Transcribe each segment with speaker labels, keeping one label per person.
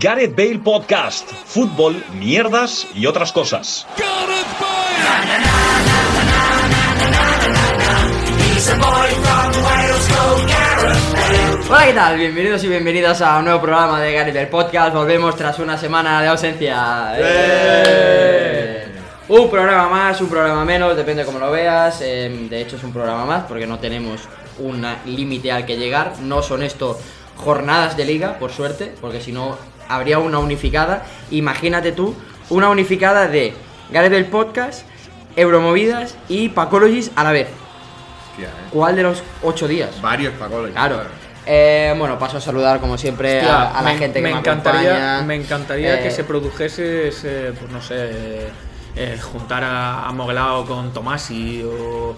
Speaker 1: Gareth Bale Podcast, fútbol, mierdas y otras cosas.
Speaker 2: Hola, ¿qué tal? Bienvenidos y bienvenidas a un nuevo programa de Gareth Bale Podcast. Volvemos tras una semana de ausencia. ¡Eh! Un programa más, un programa menos, depende cómo lo veas. Eh, de hecho, es un programa más porque no tenemos un límite al que llegar. No son esto jornadas de liga, por suerte, porque si no habría una unificada. Imagínate tú, una unificada de Gareth Bale Podcast, Euromovidas y Pacologies a la vez.
Speaker 3: Hostia, eh.
Speaker 2: ¿Cuál de los ocho días?
Speaker 3: Varios Pacologies.
Speaker 2: Claro. Eh, bueno, paso a saludar como siempre
Speaker 4: Hostia,
Speaker 2: a, a la
Speaker 4: me,
Speaker 2: gente que
Speaker 4: me
Speaker 2: me
Speaker 4: encantaría,
Speaker 2: acompaña.
Speaker 4: Me encantaría que
Speaker 2: Eh,
Speaker 4: se produjese, ese, pues no sé, eh, juntar a, a Moguelao con Tomasi o... o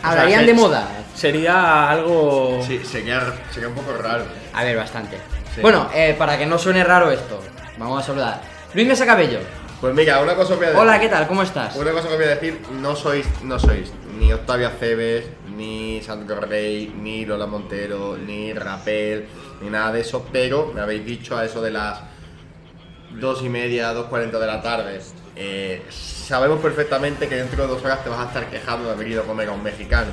Speaker 4: sea,
Speaker 2: Hablarían
Speaker 4: se-
Speaker 2: de moda.
Speaker 4: Sería algo...
Speaker 3: Sí, se queda, se queda un poco raro.
Speaker 2: A ver, bastante.
Speaker 3: Sí.
Speaker 2: Bueno, eh, para que no suene raro esto, vamos a saludar. Luis Mesa Cabello.
Speaker 3: Pues mira, una cosa os voy a decir.
Speaker 2: Hola, ¿qué tal? ¿Cómo estás?
Speaker 3: Una cosa que voy a decir, no sois, no sois ni Octavia Cebes, ni Sandro Rey, ni Lola Montero, ni Rapel, ni nada de eso, pero me habéis dicho a eso de las dos y media, 2.40 de la tarde. eh, sabemos perfectamente que dentro de dos horas te vas a estar quejando de haber ido a comer a un mexicano.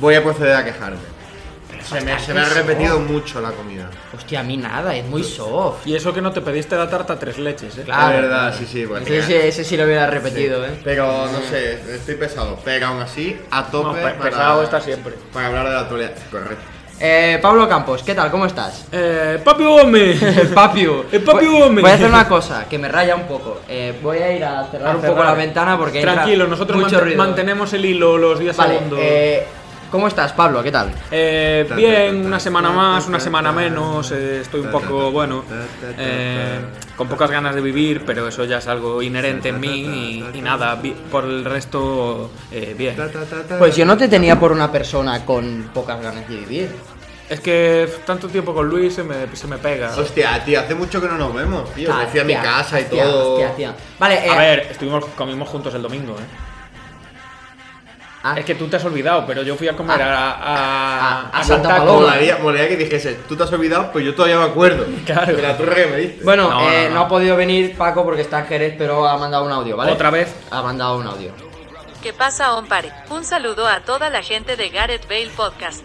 Speaker 3: Voy a proceder a quejarme. Se me, se me ha
Speaker 2: bastante
Speaker 3: repetido mucho la comida.
Speaker 2: Hostia, a mí nada, es muy soft.
Speaker 4: Y eso que no te pediste la tarta tres leches, ¿eh?
Speaker 2: Claro.
Speaker 3: Es verdad, sí, sí, pues bueno,
Speaker 2: Ese, ese- ese sí lo hubiera repetido, ¿eh?
Speaker 3: Pero no sé, estoy pesado. Pero aún así, a
Speaker 4: No,
Speaker 3: tope.
Speaker 4: pe- pesado está siempre.
Speaker 3: Para hablar de la actualidad. Correcto.
Speaker 2: Eh, Pablo Campos, ¿qué tal? ¿Cómo estás?
Speaker 4: Eh, ¡Papi Gómez!
Speaker 2: El papio.
Speaker 4: El papi
Speaker 2: Voy-
Speaker 4: Gómez.
Speaker 2: Voy a hacer una cosa que me raya un poco. Eh, voy a ir a cerrar un poco la ventana porque entra
Speaker 4: Tranquilo, nosotros
Speaker 2: mucho
Speaker 4: mante-
Speaker 2: ruido.
Speaker 4: mantenemos el hilo los 10
Speaker 2: Vale,
Speaker 4: segundos.
Speaker 2: eh, ¿cómo estás, Pablo? ¿Qué tal?
Speaker 4: Eh,
Speaker 3: Ta, ta, ta,
Speaker 4: bien,
Speaker 3: ta,
Speaker 4: una semana
Speaker 3: ta,
Speaker 4: más,
Speaker 3: ta,
Speaker 4: una
Speaker 3: ta,
Speaker 4: semana
Speaker 3: ta.
Speaker 4: menos. eh, estoy un
Speaker 3: Ta, ta, ta,
Speaker 4: poco, bueno,
Speaker 3: ta, ta, ta,
Speaker 4: eh,
Speaker 3: ta.
Speaker 4: con pocas ganas de vivir, pero eso ya es algo inherente
Speaker 3: Ta,
Speaker 4: en
Speaker 3: ta, ta,
Speaker 4: mí
Speaker 3: ta,
Speaker 4: y, y
Speaker 3: ta,
Speaker 4: nada, vi- por el resto, eh, bien.
Speaker 2: Pues yo no te tenía por una persona con pocas ganas de vivir.
Speaker 4: Es que tanto tiempo con Luis se me, se me pega.
Speaker 3: Hostia, tío, hace mucho que no nos vemos, tío. Me fui a mi
Speaker 2: Hostia,
Speaker 3: casa y
Speaker 2: hostia,
Speaker 3: todo.
Speaker 2: hostia, hostia. Vale, eh,
Speaker 4: A ver, estuvimos, comimos juntos el domingo, ¿eh?
Speaker 2: ah,
Speaker 4: Es que tú te has olvidado, pero yo fui a comer a, a,
Speaker 2: a- a
Speaker 4: al
Speaker 2: Santa
Speaker 4: taco.
Speaker 2: Paloma.
Speaker 3: Molaría, molaría que dijese, tú te has olvidado, pues yo todavía me acuerdo.
Speaker 4: Claro.
Speaker 3: De la turra que me diste.
Speaker 2: bueno,
Speaker 4: No, no,
Speaker 2: eh,
Speaker 4: no.
Speaker 2: no ha podido venir Paco porque está en Jerez, pero ha mandado un audio, ¿vale?
Speaker 4: Otra vez.
Speaker 2: Ha mandado un audio.
Speaker 5: ¿Qué pasa, Ompare? Un saludo a toda la gente de Gareth Bale Podcast.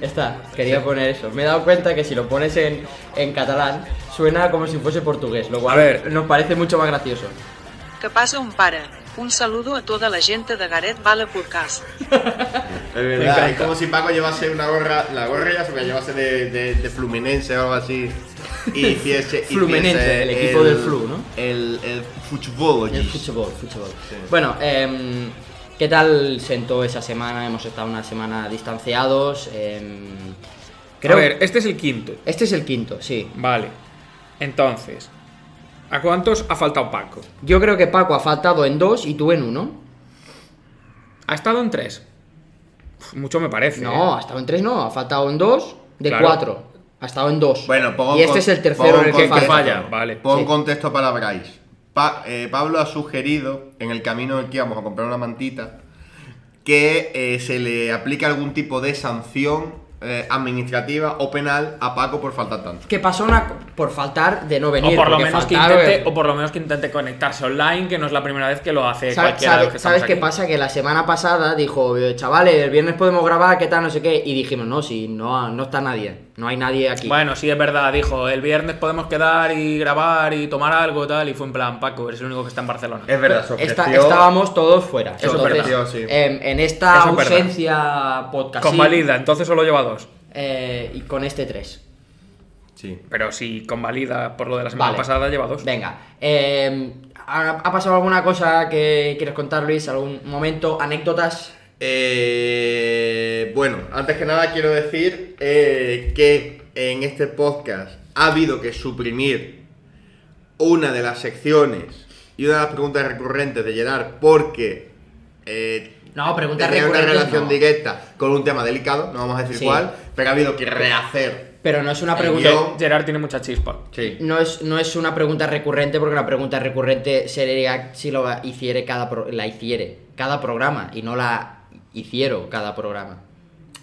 Speaker 2: Ya Está, quería poner eso. Me he dado cuenta que si lo pones en, en catalán suena como si fuese portugués, lo cual
Speaker 4: A ver.
Speaker 2: nos parece mucho más gracioso.
Speaker 6: Que passa un pare. Un saludo a tota la gent de Garet Bala Podcast.
Speaker 3: es verdad. Es
Speaker 4: encanta.
Speaker 3: como si Paco llevase una gorra, la gorra ya se la llevase de, de, de Fluminense o algo así. Y hiciese. hiciese
Speaker 2: Fluminense, el equipo del Flu, ¿no?
Speaker 3: El, el fútbol.
Speaker 2: El fútbol, fútbol. Bueno, em, ¿qué tal sentó esa semana? Hemos estado una semana distanciados. em, creo
Speaker 4: A ver, este es el quinto.
Speaker 2: este es el quinto, sí.
Speaker 4: Vale. Entonces, ¿a cuántos ha faltado Paco?
Speaker 2: Yo creo que Paco ha faltado en dos y tú en uno.
Speaker 4: Ha estado en tres. Uf, Mucho me parece. ¿eh?
Speaker 2: No, ha estado en tres, no, ha faltado en dos de
Speaker 4: Claro.
Speaker 2: cuatro. Ha estado en dos.
Speaker 3: Bueno, pongo
Speaker 2: y este
Speaker 3: con-
Speaker 2: es el tercero
Speaker 3: pongo
Speaker 2: en el que
Speaker 4: que
Speaker 3: contexto.
Speaker 2: falta.
Speaker 4: falla. vale.
Speaker 3: Pon
Speaker 2: Sí.
Speaker 3: contexto para Bryce. Pa- eh, Pablo ha sugerido, en el camino en el que íbamos a comprar una mantita, que eh, se le aplique algún tipo de sanción eh, administrativa o penal a Paco por faltar tanto.
Speaker 2: Que pasó una co- por faltar de no venir.
Speaker 4: O por, lo
Speaker 2: porque
Speaker 4: menos que
Speaker 2: faltaron-
Speaker 4: intente, o por lo menos que intente conectarse online, que no es la primera vez que lo hace
Speaker 2: ¿Sabe-
Speaker 4: cualquiera
Speaker 2: sabe-
Speaker 4: de los que
Speaker 2: ¿Sabes
Speaker 4: estamos
Speaker 2: qué
Speaker 4: aquí.
Speaker 2: pasa? Que la semana pasada dijo, eh, chavales, el viernes podemos grabar, qué tal, no sé qué. Y dijimos, no, si no, no está nadie, no hay nadie aquí.
Speaker 4: Bueno, sí, es verdad, dijo, el viernes podemos quedar y grabar y tomar algo y tal, y fue en plan, Paco, eres el único que está en Barcelona.
Speaker 3: Es verdad, se
Speaker 2: Esta-
Speaker 3: ofreció-
Speaker 2: estábamos todos fuera.
Speaker 4: Eso es
Speaker 2: Entonces,
Speaker 3: verdad. Sí.
Speaker 2: em, en esta
Speaker 4: Eso es verdad.
Speaker 2: ausencia podcast
Speaker 4: Convalida, entonces solo lleva dos.
Speaker 2: y con este tres.
Speaker 3: Sí.
Speaker 4: Pero si convalida por lo de la semana
Speaker 2: Vale.
Speaker 4: pasada, lleva dos.
Speaker 2: Venga, eh, ¿ha, ha pasado alguna cosa que quieres contar, Luis? ¿Algún momento? ¿Anécdotas?
Speaker 3: Eh, bueno, antes que nada quiero decir eh, que en este podcast ha habido que suprimir una de las secciones y una de las preguntas recurrentes de Gerard porque eh,
Speaker 2: No, preguntas
Speaker 3: tenía una
Speaker 2: recurrentes,
Speaker 3: relación
Speaker 2: no.
Speaker 3: directa con un tema delicado, no vamos a decir
Speaker 2: Sí.
Speaker 3: cuál, pero ha habido que rehacer.
Speaker 2: Pero no es una
Speaker 3: El
Speaker 2: pregunta.
Speaker 3: guión.
Speaker 4: Ge- Gerard tiene mucha chispa.
Speaker 3: Sí.
Speaker 2: No es, no es una pregunta recurrente porque una pregunta recurrente sería si lo hiciere cada pro- la hiciere cada programa y no la hiciero cada programa.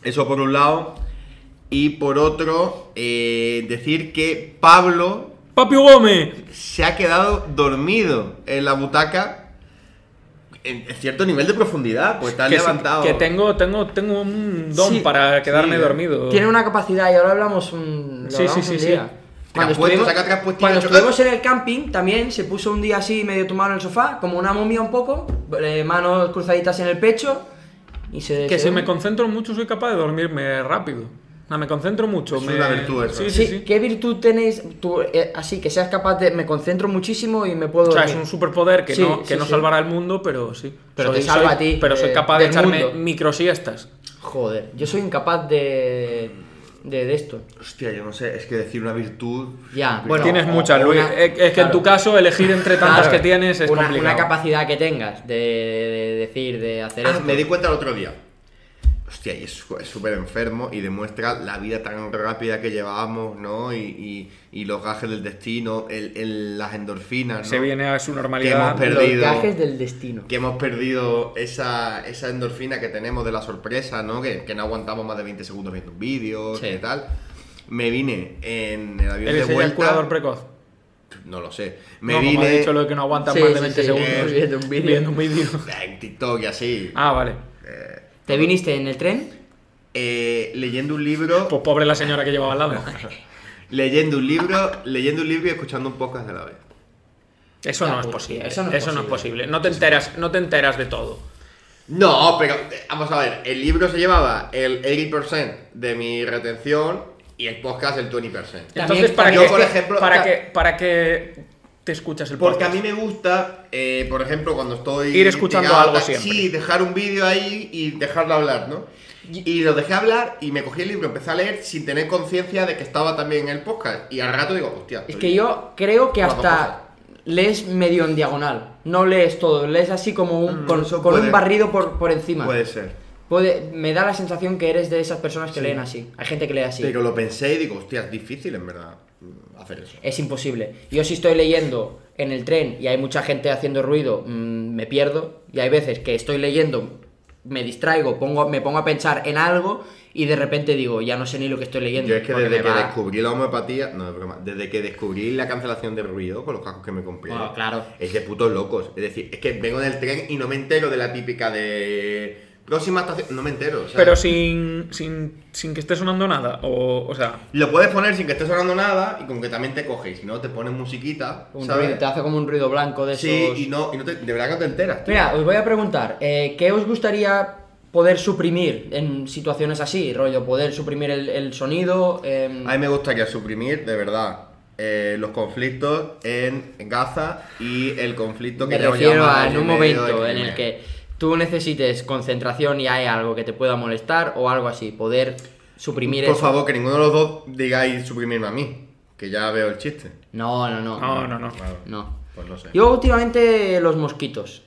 Speaker 3: Eso por un lado. Y por otro, eh, decir que Pablo
Speaker 4: ¡Papi Gómez!
Speaker 3: se ha quedado dormido en la butaca en en cierto nivel de profundidad, pues está
Speaker 4: Que, sí,
Speaker 3: levantado.
Speaker 4: que tengo, tengo, tengo un don
Speaker 2: Sí.
Speaker 4: para quedarme
Speaker 3: Sí.
Speaker 4: dormido.
Speaker 2: Tiene una capacidad y ahora hablamos un. lo
Speaker 4: Sí, sí,
Speaker 2: hablamos
Speaker 4: sí,
Speaker 2: un
Speaker 4: sí.
Speaker 2: día. Cuando,
Speaker 3: apuesto,
Speaker 2: estuvimos,
Speaker 3: saca tres puestillos,
Speaker 2: cuando
Speaker 3: yo-
Speaker 2: estuvimos en el camping también se puso un día así medio tumbado en el sofá, como una momia un poco, eh, manos cruzaditas en el pecho y se...
Speaker 4: Que
Speaker 2: se-
Speaker 4: si me concentro mucho soy capaz de dormirme rápido. No, me concentro mucho.
Speaker 3: Es
Speaker 4: me-
Speaker 3: una virtud eso.
Speaker 4: Sí, sí,
Speaker 2: Sí,
Speaker 4: sí.
Speaker 2: ¿Qué virtud tenéis tú, eh, así que seas capaz de... Me concentro muchísimo y me puedo...
Speaker 4: O sea, es
Speaker 2: dormir?
Speaker 4: un superpoder que
Speaker 2: Sí,
Speaker 4: no, que
Speaker 2: sí,
Speaker 4: no
Speaker 2: sí.
Speaker 4: salvará al mundo, pero sí. Pero
Speaker 2: te
Speaker 4: soy-
Speaker 2: salva a ti,
Speaker 4: Pero soy
Speaker 2: de-
Speaker 4: capaz de
Speaker 2: del
Speaker 4: echarme
Speaker 2: mundo.
Speaker 4: microsiestas.
Speaker 2: Joder, yo soy incapaz de... De, de esto.
Speaker 3: Hostia, yo no sé, es que decir una virtud.
Speaker 2: Ya,
Speaker 3: complicado.
Speaker 2: bueno,
Speaker 4: tienes
Speaker 2: o-
Speaker 4: muchas,
Speaker 2: o
Speaker 4: Luis.
Speaker 2: una-
Speaker 4: es es que en
Speaker 2: claro.
Speaker 4: tu caso elegir entre tantas
Speaker 2: Claro,
Speaker 4: que tienes es
Speaker 2: una,
Speaker 4: complicado.
Speaker 2: una capacidad que tengas de, de decir, de hacer
Speaker 3: Ah,
Speaker 2: esto.
Speaker 3: me di cuenta el otro día. Hostia, y es su- es súper enfermo y demuestra la vida tan rápida que llevábamos, ¿no? Y, y- y los gajes del destino, el- el- las endorfinas, ¿no?
Speaker 4: Se viene a su
Speaker 3: Que
Speaker 4: normalidad.
Speaker 3: hemos perdido.
Speaker 2: Los gajes del destino.
Speaker 3: que hemos perdido esa, esa endorfina que tenemos de la sorpresa, ¿no? Que, que no aguantamos más de 20 segundos viendo un vídeo,
Speaker 2: Sí.
Speaker 3: ¿qué tal? Me vine en el avión
Speaker 4: ¿Eres ella
Speaker 3: de vuelta.
Speaker 4: el curador precoz?
Speaker 3: No lo sé. Me
Speaker 4: No, como ha
Speaker 3: vine
Speaker 4: dicho lo de que no aguanta
Speaker 2: Sí,
Speaker 4: más de
Speaker 2: sí,
Speaker 4: 20
Speaker 2: sí,
Speaker 4: segundos.
Speaker 2: viendo un vídeo.
Speaker 4: Viendo un vídeo.
Speaker 3: en TikTok y así,
Speaker 4: Ah, vale.
Speaker 2: ¿Te viniste en el tren?
Speaker 3: eh, leyendo un libro,
Speaker 4: Pues pobre la señora que llevaba al lado.
Speaker 3: leyendo un libro, leyendo un libro y escuchando un podcast a la vez.
Speaker 4: Eso
Speaker 2: Ya,
Speaker 4: no es
Speaker 2: pues,
Speaker 4: posible.
Speaker 2: eso
Speaker 4: Eso
Speaker 2: no
Speaker 4: no
Speaker 2: es
Speaker 4: es
Speaker 2: posible.
Speaker 4: posible. No te enteras, no te enteras de todo.
Speaker 3: No, pero eh, vamos a ver, el libro se llevaba el 80% de mi retención y el podcast el 20%.
Speaker 2: También-
Speaker 4: Entonces, para
Speaker 3: yo,
Speaker 4: que,
Speaker 3: por ejemplo,
Speaker 4: para
Speaker 3: ta-
Speaker 4: que, para que te escuchas el
Speaker 3: Porque a
Speaker 4: podcast.
Speaker 3: mí me gusta, eh, por ejemplo, cuando estoy.
Speaker 4: Ir escuchando
Speaker 3: tirado,
Speaker 4: algo
Speaker 3: tal,
Speaker 4: siempre.
Speaker 3: Sí, dejar un vídeo ahí y dejarlo hablar, ¿no? Y lo dejé hablar y me cogí el libro, empecé a leer sin tener conciencia de que estaba también en el podcast. Y al rato digo, hostia.
Speaker 2: Es
Speaker 3: estoy-
Speaker 2: que yo creo que
Speaker 3: Hola,
Speaker 2: hasta lees medio en diagonal. No lees todo, lees así como un, con,
Speaker 3: Mm, eso
Speaker 2: con un
Speaker 3: puede-
Speaker 2: barrido por, por encima.
Speaker 3: Puede ser.
Speaker 2: Puede- me da la sensación que eres de esas personas que leen así. Hay gente que lee así.
Speaker 3: Pero lo pensé y digo, hostia, es difícil en verdad mm, hacer eso.
Speaker 2: Es imposible. Yo si estoy leyendo en el tren y hay mucha gente haciendo ruido, mm, me pierdo. Y hay veces que estoy leyendo, me distraigo, pongo, me pongo a pensar en algo y de repente digo, ya no sé ni lo que estoy leyendo.
Speaker 3: Yo es que
Speaker 2: porque
Speaker 3: desde
Speaker 2: me
Speaker 3: que
Speaker 2: va-
Speaker 3: descubrí la homeopatía, no es broma, desde que descubrí la cancelación de ruido con los cascos que me compré,
Speaker 2: Bueno, Ah, claro.
Speaker 3: es de putos locos. Es decir, es que vengo del tren y no me entero de la típica de próxima estación, no me entero. o sea,
Speaker 4: Pero sin, sin, sin que esté sonando nada. O, o sea,
Speaker 3: Lo puedes poner sin que esté sonando nada y con que también te coges, si no te pones musiquita,
Speaker 2: un
Speaker 3: ¿sabes?
Speaker 2: ruido, te hace como un ruido blanco de
Speaker 3: Sí,
Speaker 2: esos...
Speaker 3: y no, y no te, de verdad que no te enteras. tío.
Speaker 2: Mira, os voy a preguntar, eh, ¿qué os gustaría poder suprimir en situaciones así? Rollo, poder suprimir el, el sonido... em,
Speaker 3: A mí me gustaría suprimir, de verdad, eh, los conflictos en Gaza y el conflicto que
Speaker 2: Me
Speaker 3: llevo ya
Speaker 2: refiero
Speaker 3: más
Speaker 2: a
Speaker 3: de
Speaker 2: en un
Speaker 3: año y medio
Speaker 2: momento
Speaker 3: de
Speaker 2: en el
Speaker 3: Crimea.
Speaker 2: que tú necesites concentración y hay algo que te pueda molestar o algo así, poder suprimir
Speaker 3: Por
Speaker 2: eso.
Speaker 3: favor, que ninguno de los dos digáis suprimirme a mí, que ya veo el chiste.
Speaker 2: No, no, no.
Speaker 4: no, no, no.
Speaker 3: Claro,
Speaker 2: No.
Speaker 3: Pues no sé.
Speaker 2: Yo últimamente los mosquitos.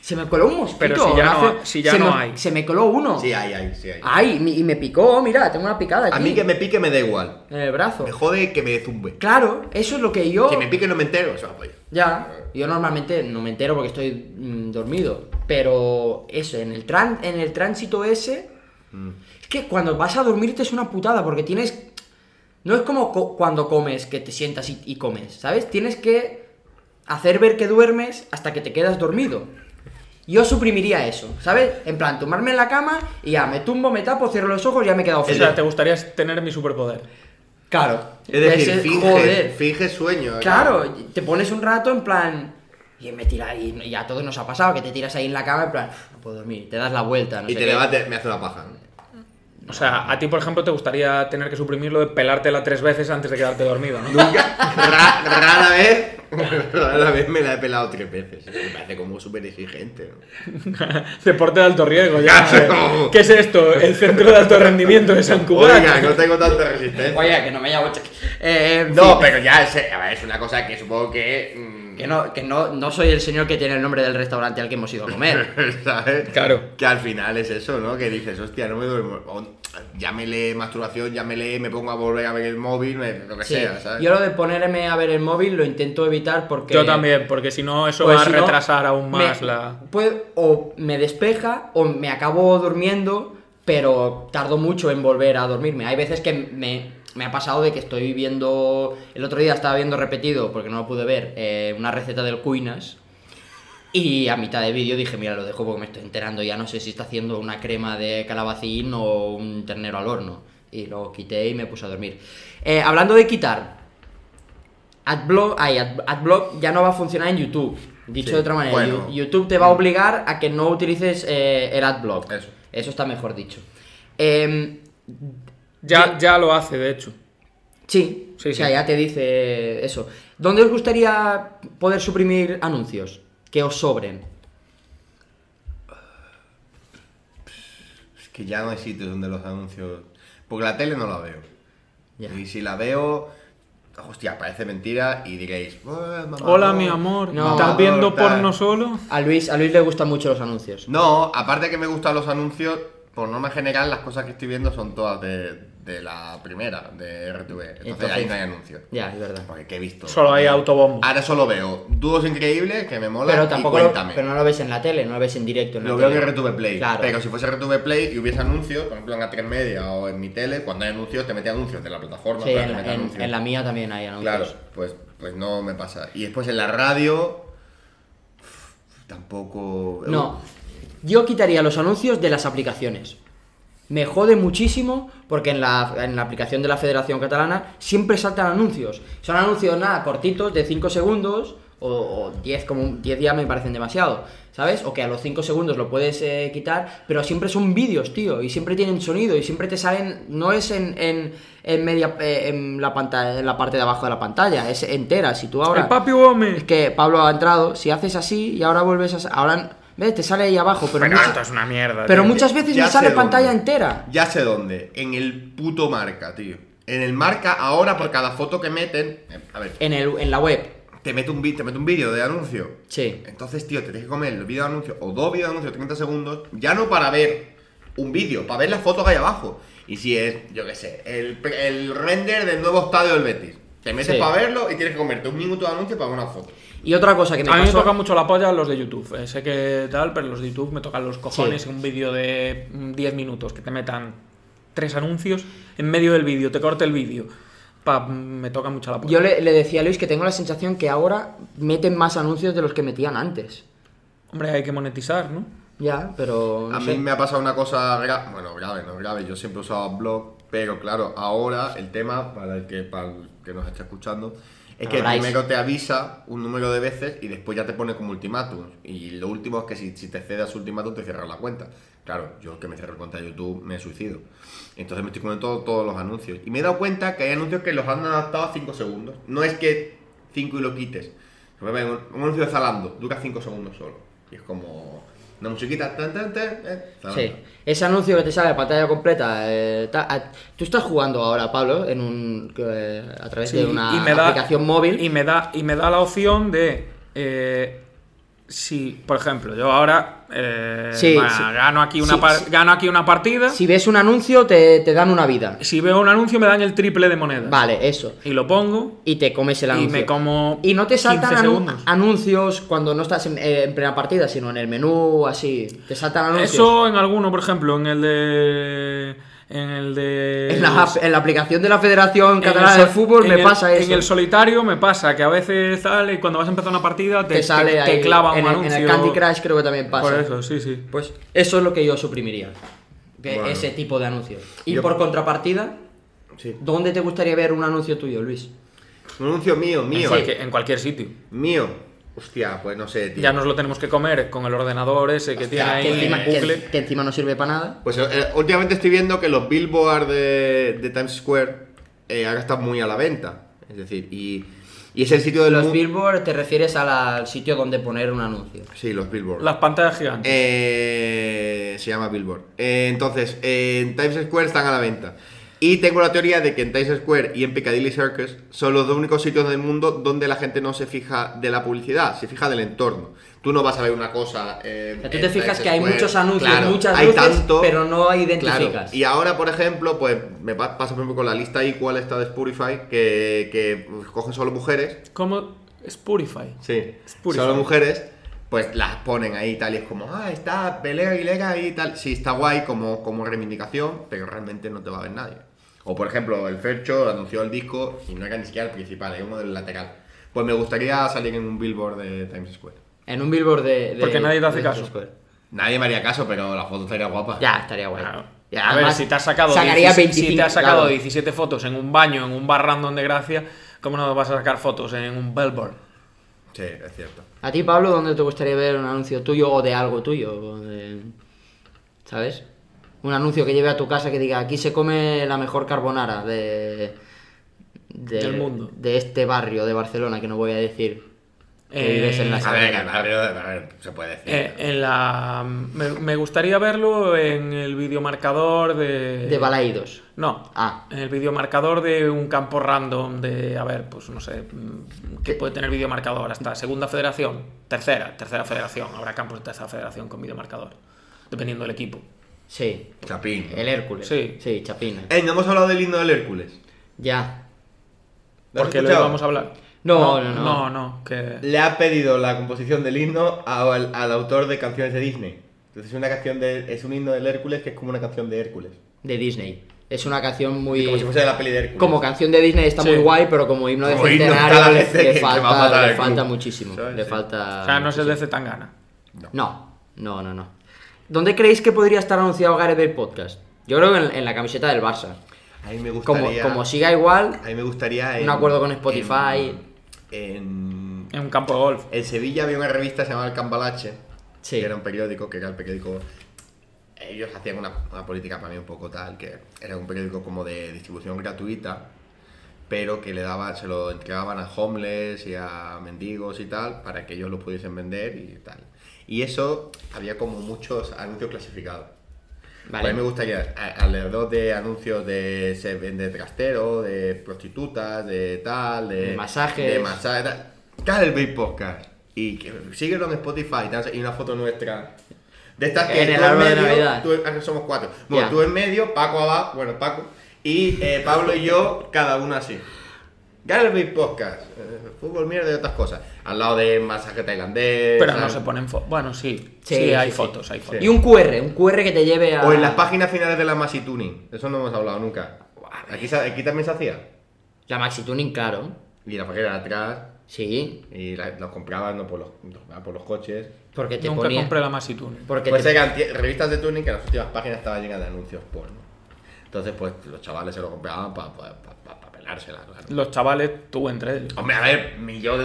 Speaker 2: Se me coló un mosquito.
Speaker 4: Pero si ya no-
Speaker 2: hace-
Speaker 4: si ya
Speaker 2: se
Speaker 4: no
Speaker 2: me-
Speaker 4: hay.
Speaker 2: Se me coló uno.
Speaker 3: Sí, hay, hay, sí hay.
Speaker 2: Ay, mi- y me picó, mira, tengo una picada Ah, aquí.
Speaker 3: A mí que me pique me da igual.
Speaker 2: En el brazo.
Speaker 3: Me jode que me zumbe.
Speaker 2: Claro, eso es lo que yo...
Speaker 3: Que me pique no me entero, pues, eso apoyo.
Speaker 2: Ya, Eh, yo normalmente no me entero porque estoy mm, dormido, pero eso, en el, tran- en el tránsito ese,
Speaker 3: Mm.
Speaker 2: es que cuando vas a dormirte es una putada porque tienes... No es como co- cuando comes, que te sientas y, y comes, ¿sabes? Tienes que hacer ver que duermes hasta que te quedas dormido. Yo suprimiría eso, ¿sabes? En plan, tomarme en la cama y ya, me tumbo, me tapo, cierro los ojos y ya me he quedado
Speaker 4: O
Speaker 2: frío.
Speaker 4: sea, te gustaría tener mi superpoder.
Speaker 2: Claro.
Speaker 3: Es decir,
Speaker 2: Ese-
Speaker 3: finge,
Speaker 2: joder.
Speaker 3: finge sueño. ¿eh?
Speaker 2: Claro, te pones un rato en plan. Y me tira y y a todos nos ha pasado que te tiras ahí en la cama en plan, "Uf, no puedo dormir, te das la vuelta, no
Speaker 3: Y
Speaker 2: sé
Speaker 3: te
Speaker 2: qué.
Speaker 3: levantas, me hace una paja. ¿no?
Speaker 4: O sea, a ti, por ejemplo, te gustaría tener que suprimirlo de pelártela tres veces antes de quedarte dormido, ¿no?
Speaker 3: Nunca, ra- rara vez, rara vez me la he pelado tres veces. Me parece como súper exigente. ¿no?
Speaker 4: Deporte de alto riesgo, ya.
Speaker 3: Claro.
Speaker 4: ¿Qué es esto? El centro de alto rendimiento de San Cugat.
Speaker 3: Oiga, no tengo tanta resistencia.
Speaker 2: Oye, que no me haya eh, en
Speaker 3: no,
Speaker 2: fin,
Speaker 3: pero ya es, a ver, es una cosa que supongo que. mm,
Speaker 2: que no, que no, no soy el señor que tiene el nombre del restaurante al que hemos ido a comer.
Speaker 3: ¿Sabes?
Speaker 4: Claro.
Speaker 3: Que al final es eso, ¿no? Que dices, hostia, no me duermo. O, Llámele masturbación, llámele, me pongo a volver a ver el móvil, me- lo que
Speaker 2: Sí,
Speaker 3: sea, ¿sabes?
Speaker 2: Yo lo de ponerme a ver el móvil lo intento evitar porque
Speaker 4: Yo también, porque si no, eso
Speaker 2: Pues
Speaker 4: va a
Speaker 2: si no,
Speaker 4: retrasar aún más
Speaker 2: me-
Speaker 4: la.
Speaker 2: puede- o me despeja o me acabo durmiendo, pero tardo mucho en volver a dormirme. Hay veces que me me ha pasado de que estoy viendo. El otro día estaba viendo repetido, porque no lo pude ver, eh, una receta del Cuinas. Y a mitad de vídeo dije, mira, lo dejo porque me estoy enterando, ya no sé si está haciendo una crema de calabacín o un ternero al horno. Y lo quité y me puse a dormir. Eh, hablando de quitar, AdBlock, ay, Ad- AdBlock ya no va a funcionar en YouTube. Dicho
Speaker 3: Sí,
Speaker 2: de otra manera,
Speaker 3: bueno.
Speaker 2: Yu- YouTube te va a obligar a que no utilices eh, el AdBlock.
Speaker 3: Eso.
Speaker 2: está mejor dicho. Em,
Speaker 4: Ya, ya lo hace, de hecho.
Speaker 2: sí,
Speaker 4: Sí,
Speaker 2: o sea,
Speaker 4: sí.
Speaker 2: ya te dice eso. ¿Dónde os gustaría poder suprimir anuncios que os sobren?
Speaker 3: Es que ya no hay sitios donde los anuncios. Porque la tele no la veo.
Speaker 2: Ya.
Speaker 3: Y si la veo. Hostia, parece mentira y diréis. "Buah, mamador,
Speaker 4: Hola, mi amor.
Speaker 2: No.
Speaker 4: ¿Estás
Speaker 3: mamador,
Speaker 4: viendo
Speaker 3: tal".
Speaker 4: porno solo?
Speaker 2: A Luis, a Luis le gustan mucho los anuncios.
Speaker 3: No, aparte que me gustan los anuncios, por norma general, las cosas que estoy viendo son todas de, de la primera, de RTV. Entonces,
Speaker 2: Entonces-
Speaker 3: ahí no hay anuncios.
Speaker 2: Ya, es verdad.
Speaker 3: Porque ¿qué he visto.
Speaker 4: Solo hay autobombo.
Speaker 3: Ahora solo veo dúos increíbles que me mola.
Speaker 2: Pero tampoco
Speaker 3: y
Speaker 2: lo,
Speaker 3: cuéntame.
Speaker 2: pero no lo ves en la tele, no lo ves en directo. En la
Speaker 3: Lo veo en
Speaker 2: tele.
Speaker 3: RTV Play.
Speaker 2: Claro.
Speaker 3: Pero si fuese RTV Play y hubiese anuncios, por ejemplo en A3 Media o en mi tele, cuando hay anuncios te mete anuncios de la plataforma.
Speaker 2: Sí,
Speaker 3: claro,
Speaker 2: en,
Speaker 3: te mete
Speaker 2: en-
Speaker 3: anuncios.
Speaker 2: en la mía también hay anuncios.
Speaker 3: Claro, pues, pues no me pasa. Y después en la radio. Tampoco. eh,
Speaker 2: No, yo quitaría los anuncios de las aplicaciones. Me jode muchísimo porque en la, en la aplicación de la Federación Catalana siempre saltan anuncios. Son anuncios nada, cortitos, de 5 segundos o 10, como 10 ya me parecen demasiado, ¿sabes? O que a los 5 segundos lo puedes eh, quitar, pero siempre son vídeos, tío, y siempre tienen sonido y siempre te salen, no es en, en, en media, eh, en, la pantalla, en la parte de abajo de la pantalla, es entera. Si tú ahora...
Speaker 4: El papi Gómez.
Speaker 2: Es que Pablo ha entrado, si haces así y ahora vuelves a... Ahora, ves, te sale ahí abajo, pero,
Speaker 4: Pero
Speaker 2: mucha-
Speaker 4: esto es una mierda.
Speaker 2: pero
Speaker 4: tío.
Speaker 2: muchas veces me
Speaker 3: Ya
Speaker 2: sale
Speaker 3: sé
Speaker 2: pantalla
Speaker 3: dónde.
Speaker 2: entera.
Speaker 3: Ya sé dónde. En el puto marca, tío. En el marca, ahora
Speaker 2: Eh.
Speaker 3: por cada foto que meten. eh, A ver,
Speaker 2: En, el, en la web,
Speaker 3: te mete un, vi- te mete un vídeo de anuncio.
Speaker 2: sí.
Speaker 3: Entonces, tío, te tienes que comer el vídeo de anuncio o dos vídeos de anuncio de 30 segundos, ya no para ver un vídeo, para ver las fotos que hay abajo. Y si es, yo qué sé, el, pre- el render del nuevo estadio del Betis. Te metes
Speaker 2: Sí.
Speaker 3: para verlo y tienes que comerte un minuto de anuncio para ver una foto.
Speaker 2: Y otra cosa que me
Speaker 4: A mí me
Speaker 2: pasó...
Speaker 4: toca mucho la polla los de YouTube. eh, Sé que tal, pero los de YouTube me tocan los cojones.
Speaker 2: Sí.
Speaker 4: Un vídeo de mm, 10 minutos que te metan tres anuncios en medio del vídeo, te corte el vídeo. Pa, mm, me toca mucho la polla.
Speaker 2: Yo le, le decía a Luis que tengo la sensación que ahora meten más anuncios de los que metían antes.
Speaker 4: Hombre, hay que monetizar, ¿no?
Speaker 2: Ya, pero... no
Speaker 3: A mí
Speaker 2: sé.
Speaker 3: me ha pasado una cosa gra- bueno, grave, no grave, yo siempre usaba blog, pero claro, ahora el tema, para el que, para el que nos está escuchando, es que
Speaker 2: Habráis.
Speaker 3: primero te avisa un número de veces y después ya te pone como ultimátum. Y lo último es que si, si te cedas su ultimátum te cierran la cuenta. Claro, yo que me cierro cuenta de YouTube me suicido. Entonces me estoy comiendo todo- todos los anuncios. Y me he dado cuenta que hay anuncios que los han adaptado a 5 segundos. No es que 5 y lo quites. Un un anuncio de Zalando dura 5 segundos solo. Y es como una musiquita. Tan, tan, tan, eh, Zalando.
Speaker 2: Sí, ese anuncio que te sale a pantalla completa. eh, ta- a- tú estás jugando ahora, Pablo, en un, eh, a través
Speaker 4: Sí,
Speaker 2: de una aplicación móvil.
Speaker 4: Y me da, y me da la opción de. eh, si, por ejemplo, yo ahora eh,
Speaker 2: Sí,
Speaker 4: bueno,
Speaker 2: sí.
Speaker 4: Gano, aquí una
Speaker 2: Sí,
Speaker 4: par-
Speaker 2: sí.
Speaker 4: gano aquí una partida.
Speaker 2: Si ves un anuncio, te, te dan una vida.
Speaker 4: Si veo un anuncio, me dan el triple de monedas.
Speaker 2: Vale, eso.
Speaker 4: Y lo pongo.
Speaker 2: Y te comes el
Speaker 4: Y
Speaker 2: anuncio.
Speaker 4: me como
Speaker 2: Y no te saltan
Speaker 4: 15
Speaker 2: anu-
Speaker 4: segundos.
Speaker 2: anuncios cuando no estás en, eh, en plena partida, sino en el menú, así. Te saltan anuncios.
Speaker 4: Eso en alguno, por ejemplo, en el de. En el de.
Speaker 2: En la, app- en la aplicación de la
Speaker 4: en
Speaker 2: Federación
Speaker 4: el
Speaker 2: Catalana
Speaker 4: sol-
Speaker 2: de Fútbol
Speaker 4: en
Speaker 2: me
Speaker 4: el-
Speaker 2: pasa eso.
Speaker 4: En el solitario me pasa que a veces sale y cuando vas a empezar una partida te,
Speaker 2: te sale
Speaker 4: te- te
Speaker 2: ahí.
Speaker 4: clava un
Speaker 2: en, el- en
Speaker 4: anuncio.
Speaker 2: el Candy Crush creo que también pasa.
Speaker 4: Por eso, sí, sí.
Speaker 2: Pues eso es lo que yo suprimiría. de
Speaker 3: Bueno.
Speaker 2: Ese tipo de anuncios. Y
Speaker 3: Yo-
Speaker 2: por contrapartida, ¿dónde te gustaría ver un anuncio tuyo, Luis?
Speaker 3: Un anuncio mío,
Speaker 4: En
Speaker 3: mío.
Speaker 4: cualquier, en cualquier sitio.
Speaker 3: Mío. Hostia, pues no sé, tío.
Speaker 4: Ya nos lo tenemos que comer con el ordenador ese que tiene
Speaker 2: Ya,
Speaker 4: ahí
Speaker 2: que, encima,
Speaker 4: en
Speaker 2: que-
Speaker 4: bucle.
Speaker 2: que encima no sirve para nada.
Speaker 3: Pues eh, últimamente estoy viendo que los billboards de, de Times Square eh, ahora están muy a la venta. Es decir, y, y es el sitio de
Speaker 2: Los
Speaker 3: mu-
Speaker 2: billboard te refieres a la- al sitio donde poner un anuncio.
Speaker 3: Sí, los billboards.
Speaker 4: Las pantallas gigantes.
Speaker 3: Eh, se llama Billboard. Eh, entonces, eh, en Times Square están a la venta. Y tengo la teoría de que en Times Square y en Piccadilly Circus son los dos únicos sitios del mundo donde la gente no se fija de la publicidad, se fija del entorno. Tú no vas a ver una cosa. eh,
Speaker 2: O sea, tú
Speaker 3: en
Speaker 2: te fijas
Speaker 3: Times
Speaker 2: que hay
Speaker 3: Square.
Speaker 2: muchos anuncios,
Speaker 3: Claro,
Speaker 2: muchas
Speaker 3: hay
Speaker 2: luces,
Speaker 3: tanto.
Speaker 2: pero no
Speaker 3: Claro,
Speaker 2: identificas.
Speaker 3: Y ahora, por ejemplo, pues me pa- pasa por ejemplo con la lista igual esta de Spotify, que, que pues, cogen solo mujeres.
Speaker 4: Como Spotify.
Speaker 3: Sí.
Speaker 4: Spotify.
Speaker 3: Solo mujeres, pues las ponen ahí y tal, y es como, ah, está Pelea Aguilera y tal. Sí, está guay como, como reivindicación, pero realmente no te va a ver nadie. O por ejemplo, el Fercho anunció el disco y no era ni siquiera el principal, era uno del lateral. Pues me gustaría salir en un billboard de Times Square.
Speaker 2: En un billboard de. de-
Speaker 4: Porque nadie te hace
Speaker 2: de-
Speaker 4: caso.
Speaker 3: Nadie me haría caso, pero la foto estaría guapa.
Speaker 2: Ya, estaría guay.
Speaker 4: Claro.
Speaker 2: Y
Speaker 4: a ver,
Speaker 2: además,
Speaker 4: si te has sacado,
Speaker 2: sacaría
Speaker 4: 17 si
Speaker 2: 25,
Speaker 4: te has sacado
Speaker 2: claro.
Speaker 4: 17 fotos en un baño, en un bar random de Gracia, ¿cómo no vas a sacar fotos en un billboard?
Speaker 3: Sí, es cierto.
Speaker 2: ¿A ti, Pablo, dónde te gustaría ver un anuncio tuyo o de algo tuyo? O de- ¿Sabes? Un anuncio que lleve a tu casa que diga, aquí se come la mejor carbonara de... de-
Speaker 4: Del mundo.
Speaker 2: De este barrio de Barcelona, que no voy a decir. Que
Speaker 4: Eh,
Speaker 2: vives en la
Speaker 3: A ver, a ver, a ver, se puede decir.
Speaker 4: Eh, en la, me, me gustaría verlo en el videomarcador de...
Speaker 2: De Balaídos.
Speaker 4: No.
Speaker 2: Ah.
Speaker 4: En el videomarcador de un campo random de, a ver, pues no sé, mm,
Speaker 2: Eh.
Speaker 4: ¿qué puede tener videomarcador? Hasta segunda federación, tercera, tercera federación. Habrá campos de tercera federación con videomarcador, dependiendo del equipo.
Speaker 2: Sí.
Speaker 3: Chapín.
Speaker 2: El Hércules.
Speaker 4: Sí.
Speaker 2: Sí, Chapina.
Speaker 3: Eh, no hemos hablado del himno del Hércules.
Speaker 2: Ya.
Speaker 3: ¿Lo has
Speaker 4: Porque lo
Speaker 3: escuchado?
Speaker 4: vamos a hablar.
Speaker 2: No, no, no.
Speaker 4: No, no, que...
Speaker 3: Le ha pedido la composición del himno a- al, al autor de canciones de Disney. Entonces es una canción de, es un himno del Hércules que es como una canción de Hércules.
Speaker 2: De Disney. Es una canción muy...
Speaker 3: Como si fuese de la peli de Hércules.
Speaker 2: Como canción de Disney está
Speaker 4: Sí.
Speaker 2: muy guay, pero como himno de
Speaker 3: Como himno está
Speaker 2: centenario
Speaker 3: la
Speaker 2: le,
Speaker 3: gente
Speaker 2: le
Speaker 3: que- que va a
Speaker 2: falta,
Speaker 3: matar
Speaker 2: le
Speaker 3: al club.
Speaker 2: falta muchísimo.
Speaker 3: ¿Sabes?
Speaker 2: Le
Speaker 3: Sí.
Speaker 2: falta.
Speaker 4: O sea, no es el
Speaker 2: muchísimo.
Speaker 4: de Zetangana.
Speaker 2: No, no, no, no. ¿Dónde creéis que podría estar anunciado Gareth Bale Podcast? Yo creo que en, en la camiseta del Barça.
Speaker 3: A mí me
Speaker 2: Como,
Speaker 3: gustaría.
Speaker 2: como siga igual,
Speaker 3: A mí me gustaría.
Speaker 2: Un acuerdo con Spotify.
Speaker 3: En, en,
Speaker 4: En un campo de golf.
Speaker 3: en Sevilla había una revista llamada El Cambalache.
Speaker 2: Sí.
Speaker 3: Que era un periódico, que era el periódico. Ellos hacían una, una política para mí un poco tal, que era un periódico como de distribución gratuita, pero que le daba, se lo entregaban a homeless y a mendigos y tal, para que ellos lo pudiesen vender y tal. Y eso había como muchos anuncios clasificados.
Speaker 2: vale.
Speaker 3: Pues A mí me gustaría, a- alrededor de anuncios de, se vende trastero, de prostitutas, de tal, de,
Speaker 2: De masajes.
Speaker 3: De masajes, tal. Cada el Bay Podcast. Y que, síguelo en Spotify tal, y una foto nuestra. De estas que
Speaker 2: En el
Speaker 3: tú en
Speaker 2: árbol de
Speaker 3: medio,
Speaker 2: Navidad.
Speaker 3: tú- ah, somos cuatro. Bueno,
Speaker 2: Ya.
Speaker 3: tú en medio, Paco abajo, bueno, Paco, y eh, Pablo y yo, cada uno así. Galvin Podcast, eh, fútbol mierda y otras cosas. Al lado de masaje tailandés.
Speaker 4: Pero
Speaker 3: tal.
Speaker 4: no se ponen fotos. Bueno, sí.
Speaker 2: Sí,
Speaker 4: Sí,
Speaker 2: sí,
Speaker 4: hay
Speaker 2: sí.
Speaker 4: fotos, hay fotos.
Speaker 2: Y un QR, un QR que te lleve a.
Speaker 3: O en las páginas finales de la Masi Tuning. Eso no hemos hablado nunca. Aquí, se- aquí también se hacía.
Speaker 2: La Maxi Tuning, claro.
Speaker 3: Y la página de atrás.
Speaker 2: Sí.
Speaker 3: Y la- los compraban ¿no? por, los, los compraban por los coches.
Speaker 2: Porque te
Speaker 4: Nunca
Speaker 2: ponía.
Speaker 4: compré la Masitune.
Speaker 2: Porque
Speaker 3: Pues
Speaker 2: te-
Speaker 3: eran tie- revistas de tuning que las últimas páginas estaban llenas de anuncios porno. Entonces, pues los chavales se lo compraban para pa, pa- pa- pa pelársela, claro.
Speaker 4: Los chavales, tú entre ellos.
Speaker 3: Hombre, a ver, mi yo de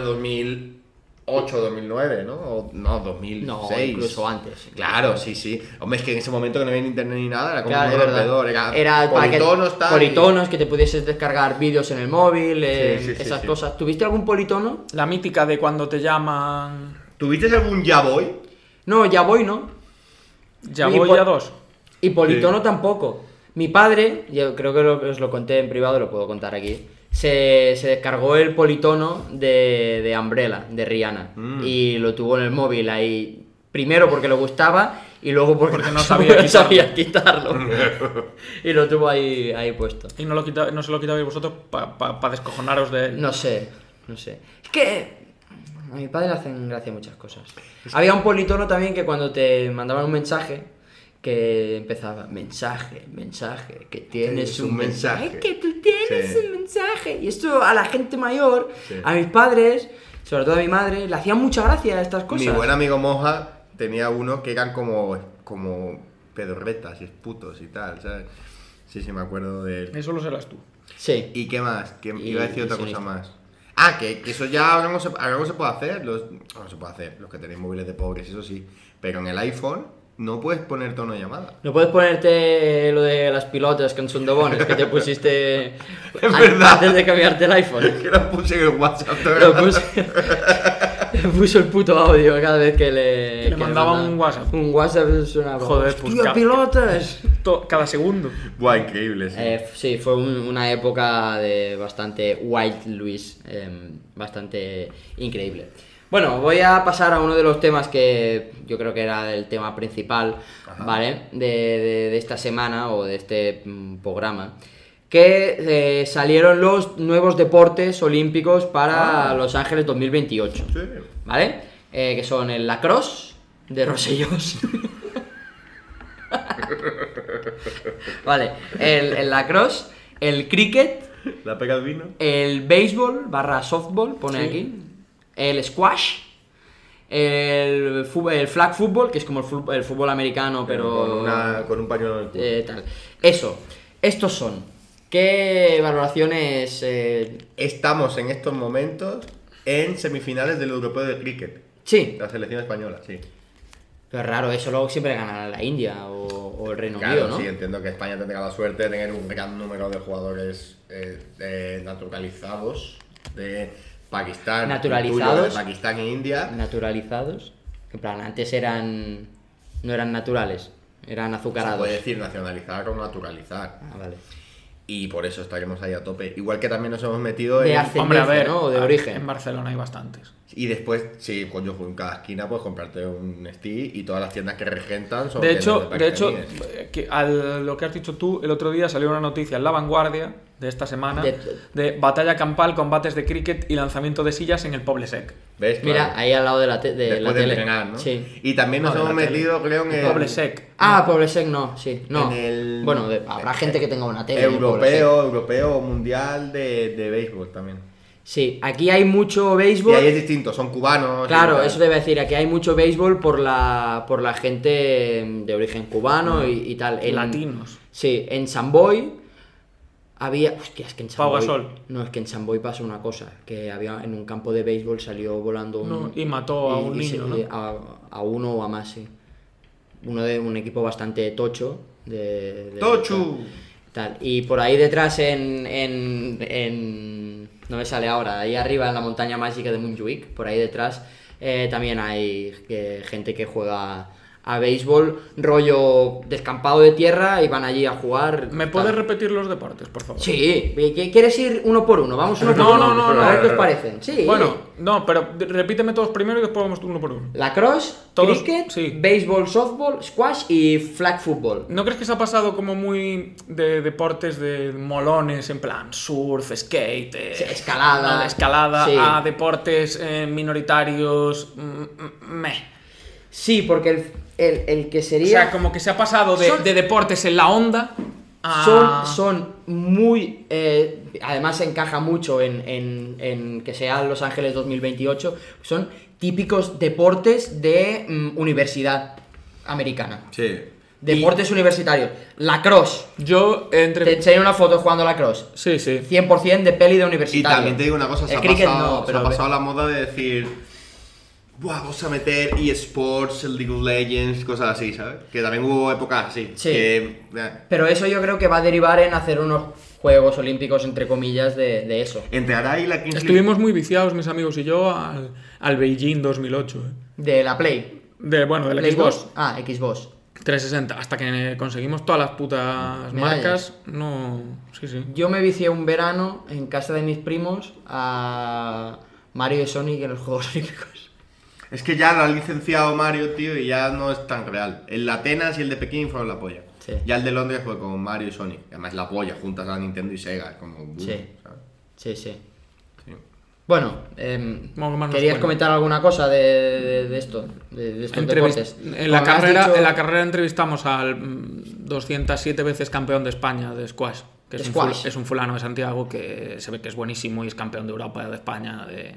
Speaker 3: 2008, 2009, ¿no? O, no, 2006.
Speaker 2: No, incluso antes.
Speaker 3: Claro, sí, sí. Hombre, es que en ese momento que no había internet ni nada, era como
Speaker 2: Claro,
Speaker 3: un
Speaker 2: es verdad.
Speaker 3: rompedor, era,
Speaker 2: para que-
Speaker 3: politonos, tal. y-
Speaker 2: politonos, que te pudieses descargar vídeos en el móvil, eh,
Speaker 3: sí, sí,
Speaker 2: esas
Speaker 3: sí.
Speaker 2: cosas. ¿Tuviste algún politono?
Speaker 4: La mítica de cuando te llaman.
Speaker 3: ¿Tuviste algún ya voy?
Speaker 2: No, ya voy, ¿no?
Speaker 4: Ya
Speaker 2: Y
Speaker 4: voy
Speaker 2: por-
Speaker 4: a dos.
Speaker 2: Y Politono tampoco. Mi padre, yo creo que lo- os lo conté en privado, lo puedo contar aquí. Se, se descargó el Politono de, de Umbrella, de Rihanna.
Speaker 3: Mm.
Speaker 2: Y lo tuvo en el móvil ahí. Primero porque le gustaba y luego porque,
Speaker 4: Porque no sabía quitarlo.
Speaker 2: sabía quitarlo. y lo tuvo ahí, ahí puesto.
Speaker 4: Y no, lo quita- no se lo quitabais vosotros para descojonaros de él.
Speaker 2: No sé, no sé. Es que a mi padre le hacen gracia muchas cosas. Había un politono también que cuando te mandaban un mensaje, que empezaba, mensaje, mensaje, que tienes
Speaker 3: Tienes
Speaker 2: un,
Speaker 3: un
Speaker 2: mensaje.
Speaker 3: mensaje".
Speaker 2: Que tú tienes
Speaker 3: Sí.
Speaker 2: un mensaje. Y esto a la gente mayor,
Speaker 3: Sí.
Speaker 2: a mis padres, sobre todo a mi madre, le hacían mucha gracia estas cosas.
Speaker 3: Mi buen amigo Moja tenía uno que eran como, como pedorretas y putos y tal, ¿sabes? Sí, sí, me acuerdo de él.
Speaker 4: Eso lo serás tú.
Speaker 2: Sí.
Speaker 3: ¿Y qué más? Que
Speaker 2: Y-
Speaker 3: iba a decir
Speaker 2: y
Speaker 3: otra
Speaker 2: son
Speaker 3: cosa
Speaker 2: esto.
Speaker 3: más. Ah, que, que eso ya ahora no, se, ahora no se puede hacer. Los, ahora no se puede hacer, los que tenéis móviles de pobres, eso sí. Pero en el iPhone no puedes poner tono de llamada.
Speaker 2: No puedes ponerte lo de las pilotas con sundobones que te pusiste an-
Speaker 3: verdad.
Speaker 2: antes de cambiarte el iPhone.
Speaker 3: Que lo puse en el WhatsApp.
Speaker 2: Lo puse, le puso el puto audio cada vez que le,
Speaker 4: Que le mandaba
Speaker 2: mandaban.
Speaker 4: un WhatsApp.
Speaker 2: Un WhatsApp sonaba.
Speaker 4: Joder, pues,
Speaker 2: ¡Hostia,
Speaker 4: cap-
Speaker 2: pilotas!
Speaker 4: To- cada segundo.
Speaker 3: Buah, increíble, sí.
Speaker 2: Eh, f- sí, fue un- una época de bastante White Luis, em, bastante increíble. Bueno, voy a pasar a uno de los temas que yo creo que era el tema principal, ¿vale? De, de- de esta semana o de este mm, programa. Que eh, salieron los nuevos deportes olímpicos para Los Ángeles 2028.
Speaker 3: Sí.
Speaker 2: ¿Vale? Eh, que son el lacrosse de Rosellós. vale, el, el lacrosse, el cricket,
Speaker 3: ¿La pega al vino?
Speaker 2: el béisbol barra softball, pone
Speaker 4: Sí.
Speaker 2: aquí, el squash, el, fu- el flag football, que es como el fútbol, el fútbol americano, pero...
Speaker 3: Con, una- con un pañuelo en el culo.
Speaker 2: eh, tal. Eso, estos son. ¿Qué valoraciones... eh,
Speaker 3: Estamos en estos momentos en semifinales del Europeo de Cricket.
Speaker 2: Sí,
Speaker 3: La selección española, sí.
Speaker 2: pero es raro, eso luego siempre ganará la India o, o el Reino
Speaker 3: Claro,
Speaker 2: Unido, ¿no?
Speaker 3: sí, entiendo que España tendrá la suerte de tener un gran número de jugadores eh, eh, naturalizados de Pakistán,
Speaker 2: Naturalizados.
Speaker 3: tuyo, de Pakistán e India.
Speaker 2: naturalizados. En plan, antes eran. No eran naturales, eran
Speaker 3: Se
Speaker 2: azucarados.
Speaker 3: puede decir nacionalizar o naturalizar.
Speaker 2: Ah, vale.
Speaker 3: Y por eso estaremos ahí a tope. Igual que también nos hemos metido
Speaker 2: De
Speaker 3: en.
Speaker 2: hace-
Speaker 4: Hombre, a
Speaker 2: Tendencia,
Speaker 4: ver,
Speaker 2: ¿no? O de
Speaker 4: a-
Speaker 2: origen.
Speaker 4: En Barcelona hay bastantes.
Speaker 3: Y después, sí, coño, en cada esquina, pues comprarte un Steam y todas las tiendas que regentan son.
Speaker 4: De
Speaker 3: tiendas
Speaker 4: hecho, de hecho,
Speaker 3: pakistaníes.
Speaker 4: eh, que al- lo que has dicho tú, el otro día salió una noticia en La Vanguardia de esta semana
Speaker 2: De-
Speaker 4: de, batalla campal, combates de cricket y lanzamiento de sillas en el Poblesec.
Speaker 3: ¿Ves?
Speaker 2: Mira,
Speaker 3: Claro.
Speaker 2: ahí al lado de la, te- de
Speaker 3: Después
Speaker 2: la
Speaker 3: de
Speaker 2: tele.
Speaker 3: entrenar, ¿no?
Speaker 2: Sí.
Speaker 3: Y también nos
Speaker 4: No, de
Speaker 3: hemos
Speaker 4: la tele.
Speaker 3: metido, creo, en el.
Speaker 4: Poblesec.
Speaker 2: Ah, Poblesec no, sí. No.
Speaker 3: En el-
Speaker 2: Bueno, de- habrá gente que tenga una tele. en el Poblesec.
Speaker 3: Europeo, europeo, mundial de, de béisbol también.
Speaker 2: Sí, aquí hay mucho
Speaker 3: Y
Speaker 2: béisbol.
Speaker 3: ahí es distinto, son cubanos.
Speaker 2: Claro,
Speaker 3: y-
Speaker 2: eso te iba a decir, aquí hay mucho béisbol por la, por la gente de origen cubano
Speaker 3: Mm.
Speaker 2: y, y tal. En-
Speaker 4: Latinos.
Speaker 2: Sí, en Samboy había. Hostia, es que en
Speaker 4: Pau
Speaker 2: Samboy.
Speaker 4: Gasol.
Speaker 2: No, es que en Samboy pasó una cosa: que había en un campo de béisbol salió volando un.
Speaker 4: No, y mató a un
Speaker 2: se-
Speaker 4: niño, ¿no?
Speaker 2: y a, a uno o a más, sí. Uno de un equipo bastante tocho. De, de-
Speaker 3: ¡Tochu!
Speaker 2: Tal. Y por ahí detrás en, en, en- No me sale ahora, ahí arriba en la montaña mágica de Montjuic, por ahí detrás eh, también hay eh, gente que juega a béisbol, rollo descampado de tierra y van allí a jugar.
Speaker 4: ¿Me
Speaker 2: tal.
Speaker 4: puedes repetir los deportes, por favor?
Speaker 2: Sí, ¿qu- ¿quieres ir uno por uno? Vamos uno por
Speaker 4: No,
Speaker 2: uno.
Speaker 4: no, no,
Speaker 2: A ver
Speaker 4: no.
Speaker 2: qué os parecen. Sí.
Speaker 4: Bueno, no, pero de- repíteme todos primero y después vamos uno por uno.
Speaker 2: Lacrosse,
Speaker 4: Todos-
Speaker 2: cricket,
Speaker 4: sí.
Speaker 2: béisbol, softball, squash y flag football.
Speaker 4: ¿No crees que se ha pasado como muy de deportes de molones, en plan surf, skate, eh,
Speaker 2: Sí, escalada.
Speaker 4: a- escalada,
Speaker 2: Sí.
Speaker 4: a deportes eh, minoritarios? mm, mm, meh.
Speaker 2: Sí, porque el, el- el que
Speaker 4: O
Speaker 2: sería...
Speaker 4: sea, como que se ha pasado de,
Speaker 2: Son-
Speaker 4: de deportes en la onda a.
Speaker 3: Ah.
Speaker 2: Son, son muy. eh, además, se encaja mucho en, en- en que sea Los Ángeles 2028. Son típicos deportes de mm, universidad americana.
Speaker 3: Sí.
Speaker 2: Deportes universitarios. Lacrosse.
Speaker 4: Yo
Speaker 2: Te
Speaker 4: entre.
Speaker 2: enseño una foto jugando lacrosse.
Speaker 4: Sí, sí.
Speaker 2: 100% de peli de
Speaker 3: Y
Speaker 2: universitario.
Speaker 3: también te digo una cosa, se
Speaker 2: El
Speaker 3: ha,
Speaker 2: cricket
Speaker 3: pasado,
Speaker 2: no,
Speaker 3: se ha
Speaker 2: pero
Speaker 3: pasado la moda de decir. Buah, vamos a meter eSports, el League of Legends, cosas así, ¿sabes? Que también hubo épocas así.
Speaker 2: Sí.
Speaker 3: que, eh,
Speaker 2: Pero eso yo creo que va a derivar en hacer unos Juegos Olímpicos, entre comillas, de, de eso.
Speaker 3: entre Aray y la Kingsley.
Speaker 4: Estuvimos muy viciados, mis amigos y yo, al, al Beijing 2008. eh.
Speaker 2: De la Play.
Speaker 4: De, bueno, del
Speaker 2: Play
Speaker 4: Xbox.
Speaker 2: dos. Ah, Xbox.
Speaker 4: 360. Hasta que conseguimos todas las putas marcas.
Speaker 2: Medallas.
Speaker 4: No. Sí, sí.
Speaker 2: Yo me vicié un verano en casa de mis primos a Mario y Sonic en los Juegos Olímpicos.
Speaker 3: Es que ya lo ha licenciado Mario, tío, y ya no es tan real. El de Atenas y el de Pekín fueron la polla.
Speaker 2: Sí.
Speaker 3: Ya el de Londres fue con Mario y Sonic. Además, la polla, juntas a Nintendo y Sega. es Como, boom,
Speaker 2: Sí.
Speaker 3: ¿sabes?
Speaker 2: Sí, sí.
Speaker 3: Sí.
Speaker 2: Bueno, em,
Speaker 4: Vamos, más nos
Speaker 2: ¿querías
Speaker 4: cuenta.
Speaker 2: comentar alguna cosa de, de- de esto? De, de estos
Speaker 4: Entrevist-
Speaker 2: deportes.
Speaker 4: en, la
Speaker 2: Como me has
Speaker 4: carrera,
Speaker 2: dicho,
Speaker 4: en la carrera entrevistamos al mm, 207 veces campeón de España de squash, que es, Un,
Speaker 2: Squash.
Speaker 4: ful- es un fulano de Santiago que se ve que es buenísimo y es campeón de Europa, de España. De...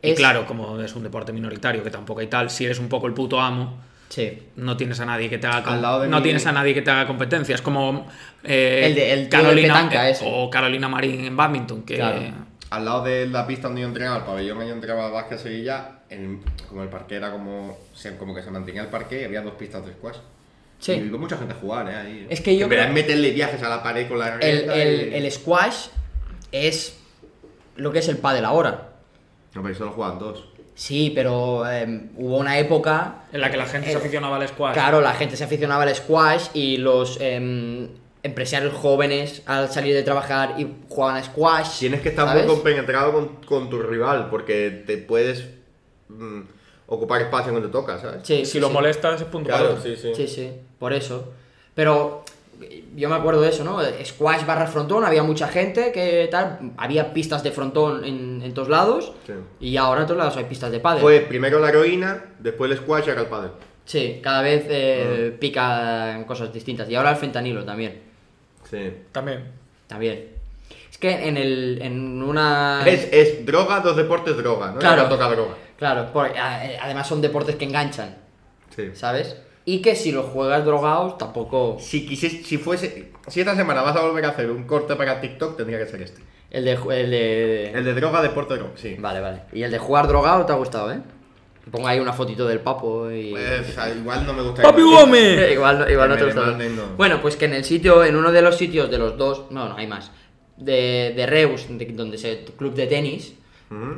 Speaker 4: Y
Speaker 2: Es-
Speaker 4: claro, como es un deporte minoritario que tampoco hay tal, si eres un poco el puto amo,
Speaker 2: Sí.
Speaker 4: no tienes a nadie que te haga com-
Speaker 3: Al lado de
Speaker 4: no
Speaker 3: mi-
Speaker 4: tienes a nadie que te haga competencia. Es como eh,
Speaker 2: El de- el tío de petanca ese.
Speaker 4: o Carolina Marín en badminton, que
Speaker 2: Claro.
Speaker 3: Al lado de la pista donde yo entrenaba, el pabellón donde yo entrenaba a Vázquez Sevilla, el- como el parque era como, se- como que se mantenía el parque y había dos pistas de squash.
Speaker 2: Sí.
Speaker 3: Y vi mucha gente jugar, ¿eh? Ahí, ¿eh?
Speaker 2: Es que yo
Speaker 3: En verdad,
Speaker 2: creo-
Speaker 3: meterle viajes a la pared con la
Speaker 2: El,
Speaker 3: herramienta
Speaker 2: el-
Speaker 3: y-
Speaker 2: el squash es lo que es el pádel ahora.
Speaker 3: No, pero solo jugaban dos.
Speaker 2: Sí, pero em, hubo una época
Speaker 4: en la que la gente
Speaker 2: Eh,
Speaker 4: se aficionaba al squash.
Speaker 2: Claro, la gente se aficionaba al squash y los em, empresarios jóvenes al salir de trabajar y jugaban a squash.
Speaker 3: Tienes que estar
Speaker 2: ¿sabes?
Speaker 3: muy compenetrado con, con tu rival porque te puedes mm, ocupar espacio cuando te tocas, ¿sabes?
Speaker 2: Sí,
Speaker 4: si lo
Speaker 2: sí.
Speaker 4: molestas es punto para
Speaker 3: Claro,
Speaker 4: otro.
Speaker 3: sí, sí.
Speaker 2: Sí, sí, por eso. Pero eh, yo me acuerdo de eso, ¿no? Squash barra frontón, había mucha gente que tal, había pistas de frontón en, en todos lados
Speaker 3: Sí.
Speaker 2: y ahora en todos lados hay pistas de pádel.
Speaker 3: Fue primero la heroína, después el squash y ahora el pádel.
Speaker 2: Sí, cada vez
Speaker 3: Ah.
Speaker 2: eh, pican cosas distintas y ahora el fentanilo también.
Speaker 3: Sí.
Speaker 4: También.
Speaker 2: También. Es que en el. en una.
Speaker 3: Es, es droga, dos deportes, droga, ¿no?
Speaker 2: Claro.
Speaker 3: Ahora toca droga.
Speaker 2: Claro, por- a- eh, además son deportes que enganchan,
Speaker 3: Sí.
Speaker 2: ¿sabes? Y que si los juegas drogados tampoco.
Speaker 3: Si quisies, si fuese. Si esta semana vas a volver a hacer un corte para TikTok, tendría que ser este.
Speaker 2: El de. ju- El de...
Speaker 3: El de droga, deporte, droga. Sí.
Speaker 2: Vale, vale. Y el de jugar drogado te ha gustado, ¿eh? Pongo ahí una fotito del papo y.
Speaker 3: Pues, ah, igual no me gusta.
Speaker 4: ¡Papi Gómez!
Speaker 2: Eh, igual, no- igual no
Speaker 3: Que
Speaker 2: te
Speaker 3: me
Speaker 2: gusta.
Speaker 3: manden, no.
Speaker 2: Bueno, pues que en el sitio, en uno de los sitios de los dos, no, no hay más, de, de Reus, de- donde es el club de tenis,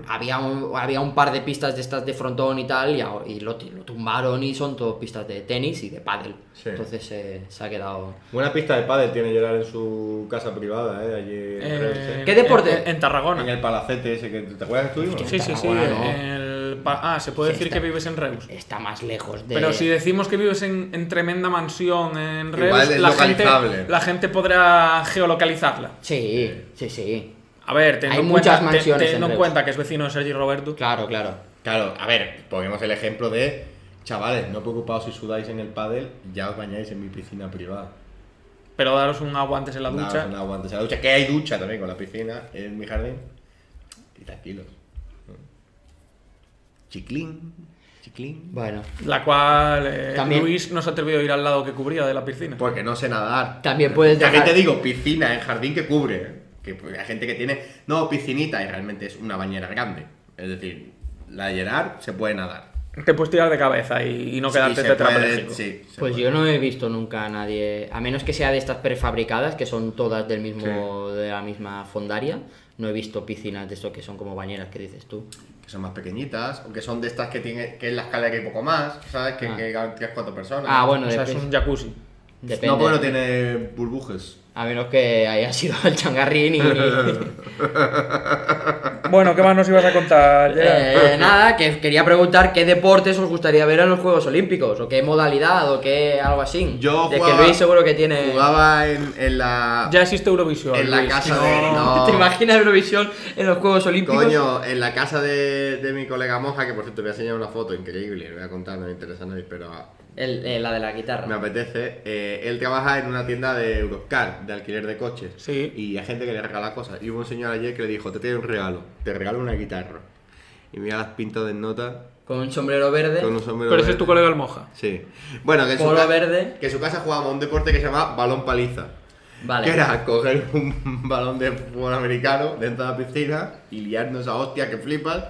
Speaker 2: había, un, había un par de pistas de estas de frontón y tal, y, a- y lo, ti- lo tumbaron y son todo pistas de tenis y de pádel.
Speaker 3: Sí.
Speaker 2: Entonces eh, se ha quedado...
Speaker 3: Buena pista de pádel tiene llorar en su casa privada, ¿eh? Allí en Reus,
Speaker 4: Eh,
Speaker 3: ¿eh?
Speaker 2: ¿Qué deporte?
Speaker 4: En, en
Speaker 3: En
Speaker 4: Tarragona.
Speaker 3: el palacete ese que. ¿Te acuerdas que estuvimos?
Speaker 4: Sí, sí, sí.
Speaker 2: Tarragona, ¿no?
Speaker 4: el pa- ah, se puede
Speaker 2: Sí,
Speaker 4: decir
Speaker 2: está.
Speaker 4: que vives en Reus.
Speaker 2: Está más lejos de...
Speaker 4: Pero si decimos que vives en, en tremenda mansión en Reus,
Speaker 3: Igual es
Speaker 4: la, gente,
Speaker 3: localizable.
Speaker 4: la gente podrá geolocalizarla.
Speaker 2: Sí, sí, sí.
Speaker 4: A ver, teniendo,
Speaker 2: Hay
Speaker 4: en cuenta-
Speaker 2: muchas
Speaker 4: te-
Speaker 2: mansiones en
Speaker 4: teniendo en
Speaker 2: Reus.
Speaker 4: cuenta que es vecino de Sergi Roberto.
Speaker 2: Claro, claro.
Speaker 3: Claro, a ver, ponemos el ejemplo de. Chavales, no preocupaos si sudáis en el pádel, ya os bañáis en mi piscina privada.
Speaker 4: Pero daros un agua antes en la ducha.
Speaker 3: No, no aguantes la ducha. Que hay ducha también con la piscina en mi jardín. Y tranquilos. Chiclín. Chiclín.
Speaker 2: Bueno.
Speaker 4: La cual eh,
Speaker 2: También-
Speaker 4: Luis no se ha atrevido a ir al lado que cubría de la piscina.
Speaker 3: Porque no sé nadar.
Speaker 2: También puedes
Speaker 3: También
Speaker 2: dejar-
Speaker 3: te digo, piscina en jardín que cubre. ¿eh? Que pues, hay gente que tiene. No, piscinita y realmente es una bañera grande. Es decir, la de Gerard se puede nadar.
Speaker 4: Te puedes tirar de cabeza y, y no
Speaker 3: Y
Speaker 4: quedarte
Speaker 3: se
Speaker 4: tetrapléjico.
Speaker 3: puede- sí, se
Speaker 2: Pues
Speaker 3: puede.
Speaker 2: yo no he visto nunca a nadie, a menos que sea de estas prefabricadas, que son todas del mismo, de la misma fondaria, no he visto piscinas de estos que son como bañeras que dices tú.
Speaker 3: Que son más pequeñitas, o que son de estas que tiene que es la escalera y poco más, ¿sabes? Que,
Speaker 2: Ah.
Speaker 3: que caben 3-4 personas.
Speaker 2: Ah, bueno,
Speaker 4: O sea, es
Speaker 2: dep-
Speaker 4: un jacuzzi.
Speaker 2: depende.
Speaker 3: No, porque no tiene burbujes.
Speaker 2: A menos que haya sido el changarrín y...
Speaker 4: Bueno, ¿qué más nos ibas a contar? Gerard?
Speaker 2: Eh, nada, que quería preguntar qué deportes os gustaría ver en los Juegos Olímpicos, o qué modalidad, o qué algo así.
Speaker 3: Yo
Speaker 2: De
Speaker 3: jugaba-
Speaker 2: que Luis seguro que tiene...
Speaker 3: Jugaba en, en la.
Speaker 4: ya existe Eurovisión.
Speaker 3: en la
Speaker 4: Luis.
Speaker 3: casa de. No.
Speaker 2: ¿Te imaginas Eurovisión en los Juegos Olímpicos?
Speaker 3: Coño, en la casa de, de mi colega Moja, que por cierto te voy a enseñar una foto increíble, le voy a contar, no me interesa a nadie, pero ah,
Speaker 2: El- eh, la de la guitarra.
Speaker 3: me apetece. Eh, él trabaja en una tienda de Euroscar, de alquiler de coches.
Speaker 4: Sí.
Speaker 3: Y hay gente que le regala cosas. Y hubo un señor ayer que le dijo: Te tiene un regalo, te regalo una guitarra. Y mira las pintas de nota
Speaker 2: Con un sombrero verde.
Speaker 3: con un sombrero.
Speaker 4: Pero ese es tu
Speaker 3: verde.
Speaker 4: colega el moja.
Speaker 3: Sí. Bueno, que en, su
Speaker 2: Polo
Speaker 3: ca-
Speaker 2: verde.
Speaker 3: que en su casa jugaba un deporte que se llama balón paliza.
Speaker 2: Vale.
Speaker 3: Que era coger un balón de fútbol americano dentro de la piscina y liarnos a hostia que flipas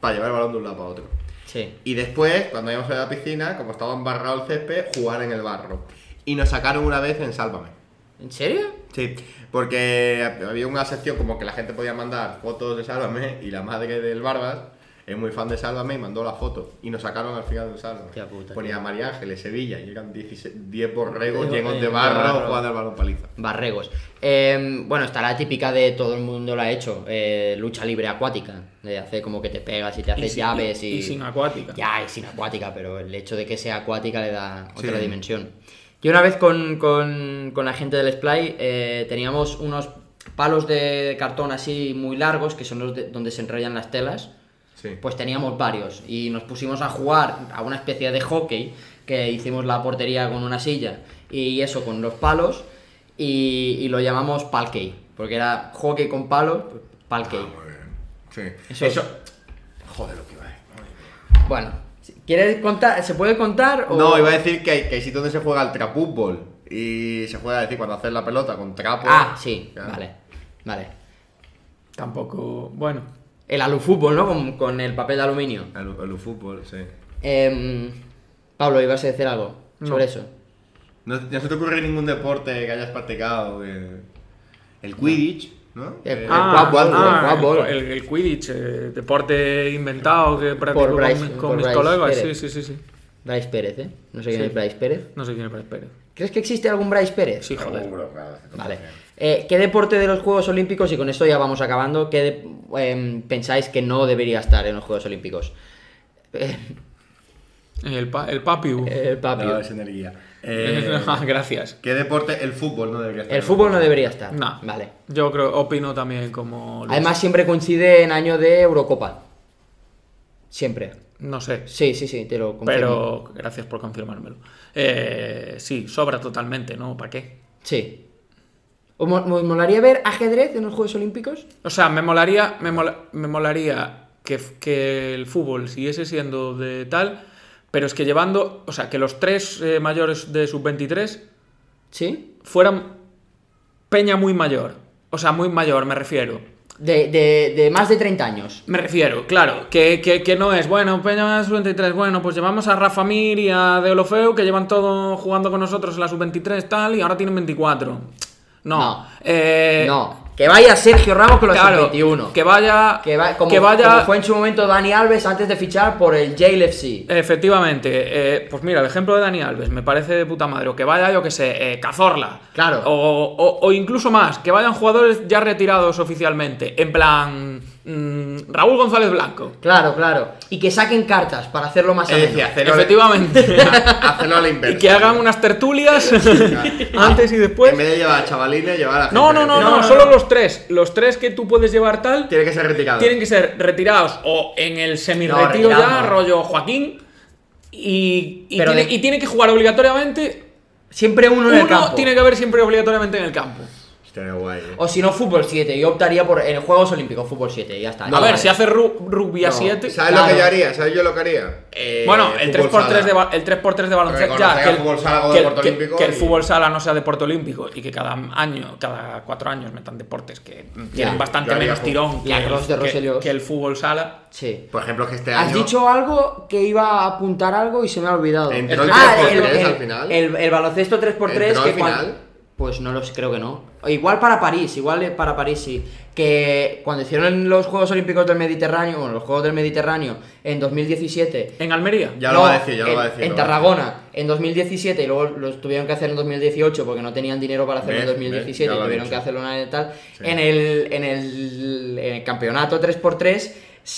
Speaker 3: para llevar el balón de un lado para otro.
Speaker 2: Sí.
Speaker 3: Y después, cuando íbamos a la piscina, como estaba embarrado el césped, jugar en el barro. Y nos sacaron una vez en Sálvame.
Speaker 2: ¿En serio?
Speaker 3: Sí, porque había una sección como que la gente podía mandar fotos de Sálvame y la madre del Barbas es muy fan de Sálvame y mandó la foto. Y nos sacaron al final de Sálvame.
Speaker 2: Hostia puta.
Speaker 3: Ponía María Ángeles, Sevilla, y eran 16 10 borregos
Speaker 2: Borregos
Speaker 3: llenos de
Speaker 2: de
Speaker 3: barro
Speaker 2: barro.
Speaker 3: jugando al balón paliza.
Speaker 2: Barregos. Eh, bueno, está la típica de todo el mundo lo ha hecho, eh, lucha libre acuática, de hacer como que te pegas y te haces
Speaker 4: sin-
Speaker 2: llaves y,
Speaker 4: y sin acuática.
Speaker 2: Ya, y sin acuática, pero el hecho de que sea acuática le da
Speaker 3: Sí.
Speaker 2: otra dimensión. Yo una vez con, con, con la gente del Splay eh, teníamos unos palos de cartón así muy largos, que son los de- donde se enrollan las telas,
Speaker 3: Sí.
Speaker 2: pues teníamos varios y nos pusimos a jugar a una especie de hockey que hicimos la portería con una silla y eso con los palos y, y lo llamamos palkey porque era hockey con palos, palkey.
Speaker 3: Sí.
Speaker 2: Eso-
Speaker 3: Ah, Eso. Joder, lo que iba a decir.
Speaker 2: Bueno, si- ¿quieres contar? ¿Se puede contar? o-
Speaker 3: No, iba a decir que hay, que hay sitios donde se juega el trapútbol. Y se juega, es decir, cuando haces la pelota con trapo.
Speaker 2: Ah, sí,
Speaker 3: Claro.
Speaker 2: vale, vale.
Speaker 4: Tampoco. Bueno.
Speaker 2: El alufútbol, ¿no? Con, con el papel de aluminio.
Speaker 3: El, el fútbol, sí.
Speaker 2: Em, Pablo, ibas a decir algo
Speaker 4: No.
Speaker 2: sobre eso.
Speaker 3: No, no se te ocurre ningún deporte que hayas practicado. eh, El Quidditch, ¿no?
Speaker 2: El-
Speaker 3: Eh,
Speaker 2: Ah,
Speaker 3: el quadball,
Speaker 2: ah,
Speaker 3: el quadball.
Speaker 4: el, el Quidditch, eh, deporte inventado que practico con
Speaker 2: Bryce-
Speaker 4: mi- con,
Speaker 2: por
Speaker 4: mis
Speaker 2: Bryce
Speaker 4: colegas. Sí,
Speaker 2: Pérez.
Speaker 4: sí, sí, sí.
Speaker 2: Bryce Pérez, ¿eh? No sé quién
Speaker 4: Sí.
Speaker 2: es Bryce Pérez.
Speaker 4: No sé quién es Bryce Pérez.
Speaker 2: ¿Crees que existe algún Bryce Pérez?
Speaker 4: Sí, joder.
Speaker 3: Seguro, claro, se te
Speaker 2: Vale.
Speaker 3: ocurre.
Speaker 2: Eh, ¿Qué deporte de los Juegos Olímpicos, y con esto ya vamos acabando, qué de- em, pensáis que no debería estar en los Juegos Olímpicos? Eh,
Speaker 4: Eh, El, pa- el Papiu.
Speaker 2: el papio.
Speaker 3: No, es energía. Eh,
Speaker 4: Ah, Gracias.
Speaker 3: ¿Qué deporte? El fútbol no debería estar.
Speaker 2: El fútbol no debería estar.
Speaker 4: Nah.
Speaker 2: Vale.
Speaker 4: Yo creo, opino también como. Luis.
Speaker 2: Además, siempre coincide en año de Eurocopa. Siempre.
Speaker 4: No sé.
Speaker 2: Sí, sí, sí, te lo confirmo.
Speaker 4: Pero gracias por confirmármelo. Eh, sí, sobra totalmente, ¿no? ¿Para qué?
Speaker 2: Sí. ¿Os mo- os molaría ver ajedrez en los Juegos Olímpicos?
Speaker 4: O sea, me molaría, me mola- me molaría que, f- que el fútbol siguiese siendo de tal, pero es que llevando, o sea, que los tres eh, mayores de sub-23
Speaker 2: ¿Sí?
Speaker 4: fueran peña muy mayor. O sea, muy mayor, me refiero.
Speaker 2: De, de- de más de 30 años.
Speaker 4: Me refiero, claro, que, que- que no es, bueno, Peña sub-23, bueno, pues llevamos a Rafa Mir y a Deolofeu, que llevan todo jugando con nosotros en la sub-23 tal, y ahora tienen 24. No,
Speaker 2: No.
Speaker 4: eh,
Speaker 2: no, que vaya Sergio Ramos con los
Speaker 4: claro,
Speaker 2: 21.
Speaker 4: que vaya,
Speaker 2: Que, va- como,
Speaker 4: que vaya
Speaker 2: como fue en su momento Dani Alves antes de fichar por el Yale FC.
Speaker 4: Efectivamente, eh, pues mira, el ejemplo de Dani Alves me parece de puta madre. O que vaya, yo que sé, eh, Cazorla.
Speaker 2: Claro.
Speaker 4: O, o- o incluso más, que vayan jugadores ya retirados oficialmente. En plan. mm, Raúl González Blanco.
Speaker 2: Claro, claro. Y que saquen cartas para hacerlo más
Speaker 3: Es decir,
Speaker 2: ameno.
Speaker 3: hacerlo,
Speaker 4: Efectivamente.
Speaker 3: hacerlo a la
Speaker 4: y
Speaker 3: inversa.
Speaker 4: que hagan unas tertulias antes y
Speaker 3: En
Speaker 4: después.
Speaker 3: vez de llevar a chavalines, llevar a la
Speaker 4: No,
Speaker 3: gente
Speaker 4: no, no,
Speaker 3: que-
Speaker 4: no, solo los tres. Los tres que tú puedes llevar tal
Speaker 3: Tiene que ser retirado.
Speaker 4: tienen que ser retirados o en el semiretiro
Speaker 2: No,
Speaker 4: ya,
Speaker 2: retirado.
Speaker 4: rollo Joaquín. Y, y
Speaker 2: Pero
Speaker 4: tiene,
Speaker 2: de-
Speaker 4: y tiene que jugar obligatoriamente
Speaker 2: Siempre uno, en el
Speaker 4: Uno
Speaker 2: campo.
Speaker 4: tiene que haber siempre obligatoriamente en el campo.
Speaker 3: Estaría guay. eh.
Speaker 2: O si no, fútbol 7. Yo optaría por en Juegos Olímpicos, fútbol 7. Ya está.
Speaker 4: a ver,
Speaker 2: Vale.
Speaker 4: si hace ru- rugby a
Speaker 2: No,
Speaker 4: 7.
Speaker 3: eh. ¿Sabes
Speaker 2: Claro.
Speaker 3: lo que yo haría? ¿Sabes yo lo que haría? Eh,
Speaker 4: bueno, el
Speaker 3: fútbol
Speaker 4: 3x3
Speaker 3: sala.
Speaker 4: de, ba- el 3x3 de baloncesto.
Speaker 3: Reconocer
Speaker 4: Ya,
Speaker 3: al fútbol sala como
Speaker 4: que,
Speaker 3: deporte
Speaker 4: que-
Speaker 3: olímpico
Speaker 4: que el
Speaker 3: y-
Speaker 4: fútbol sala no sea deporte olímpico y que cada año, cada cuatro años metan deportes que tienen bastante
Speaker 3: yo haría
Speaker 4: menos
Speaker 3: fútbol.
Speaker 4: tirón que
Speaker 2: La
Speaker 4: el,
Speaker 2: cross de
Speaker 4: que-
Speaker 2: Roselio.
Speaker 4: que el fútbol sala.
Speaker 2: Sí.
Speaker 3: Por ejemplo, que este
Speaker 2: Has
Speaker 3: año.
Speaker 2: dicho algo que iba a apuntar algo y se me ha olvidado.
Speaker 3: Entró
Speaker 4: el
Speaker 3: 3x3 al final.
Speaker 2: Ah, El, el baloncesto 3x3
Speaker 3: Entró
Speaker 2: que cuan-
Speaker 3: al final.
Speaker 2: Pues no lo sé, creo que no. O Igual para París, igual eh, para París sí. Que cuando hicieron los Juegos Olímpicos del Mediterráneo, bueno, los Juegos del Mediterráneo en 2017.
Speaker 4: En Almería.
Speaker 3: Ya lo
Speaker 2: no,
Speaker 3: va a decir, ya lo
Speaker 2: en-
Speaker 3: va a decir.
Speaker 2: En
Speaker 3: lo va a decir.
Speaker 2: Tarragona, en 2017, y luego los tuvieron que hacer en 2018 porque no tenían dinero para hacerlo en
Speaker 3: Ve, ve,
Speaker 2: 2017
Speaker 3: ya
Speaker 2: y
Speaker 3: lo ha
Speaker 2: tuvieron
Speaker 3: dicho.
Speaker 2: que hacerlo una vez tal. En, el, en, el, en el campeonato 3x3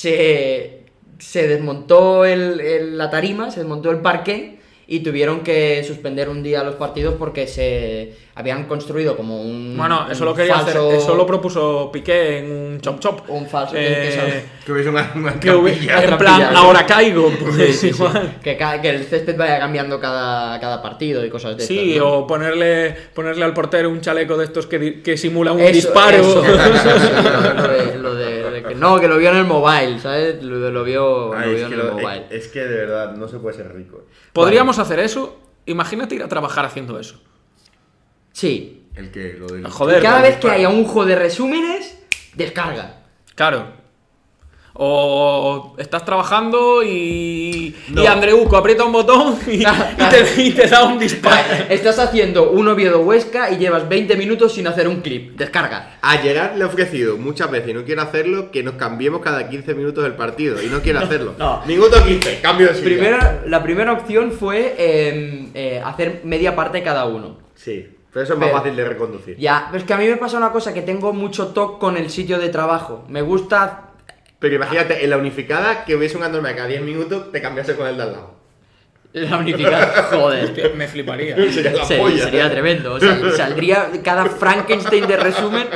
Speaker 2: se, se desmontó el, el- la tarima, se desmontó el parqué y tuvieron que suspender un día los partidos porque se habían construido como un.
Speaker 4: Bueno, eso
Speaker 2: un
Speaker 4: lo quería
Speaker 2: falso-
Speaker 4: hacer. Eso lo propuso Piqué en un chop chop.
Speaker 2: Un falso-
Speaker 4: Eh,
Speaker 3: Que hubiese una, una
Speaker 4: que hubi-
Speaker 3: trampilla.
Speaker 4: en
Speaker 2: trampilla,
Speaker 4: plan,
Speaker 2: sí.
Speaker 4: ahora caigo. Pues
Speaker 2: Sí, sí, sí.
Speaker 4: igual.
Speaker 2: Que, ca- que el césped vaya cambiando cada, cada partido y cosas de
Speaker 4: Sí,
Speaker 2: estas, ¿no?
Speaker 4: o ponerle, ponerle al portero un chaleco de estos que, di- que simula un
Speaker 2: Eso,
Speaker 4: disparo.
Speaker 2: eso, eso, lo de- lo de- de que- no, que lo vio en el mobile, ¿sabes? Lo, lo vio,
Speaker 3: Ay,
Speaker 2: lo
Speaker 3: Ah, es,
Speaker 2: vio
Speaker 3: que
Speaker 2: en el
Speaker 3: lo- eh,
Speaker 2: mobile.
Speaker 3: es que de verdad no se puede ser rico.
Speaker 4: Podríamos hacer eso. Imagínate ir a trabajar haciendo eso.
Speaker 2: Sí.
Speaker 3: El que lo del.
Speaker 4: Joder.
Speaker 2: Cada
Speaker 4: lo
Speaker 2: vez que
Speaker 3: disparo.
Speaker 2: haya un juego de resúmenes, descarga.
Speaker 4: Claro. O estás trabajando y,
Speaker 3: No.
Speaker 4: y Andreuco aprieta un botón y, y te, y te da un disparo.
Speaker 2: Estás haciendo un Oviedo Huesca y llevas 20 minutos sin hacer un clip. Descarga.
Speaker 3: A Gerard le he ofrecido muchas veces y no quiere hacerlo que nos cambiemos cada 15 minutos del partido y no quiere hacerlo.
Speaker 2: no.
Speaker 3: Minuto 15, cambio de silla.
Speaker 2: Primera, la primera opción fue eh, eh, hacer media parte cada uno.
Speaker 3: Sí, pero eso es más
Speaker 2: Pero-
Speaker 3: fácil de reconducir.
Speaker 2: Ya, pero es que a mí me pasa una cosa que tengo mucho toque con el sitio de trabajo. Me gusta
Speaker 3: Pero imagínate, en la unificada que hubiese un andorme cada 10 minutos, te cambiase con el de al lado.
Speaker 2: la unificación. Joder.
Speaker 4: Hostia, Me fliparía.
Speaker 3: Sería la
Speaker 2: Sí,
Speaker 3: polla.
Speaker 2: sería tremendo. O sea, saldría cada Frankenstein de resumen.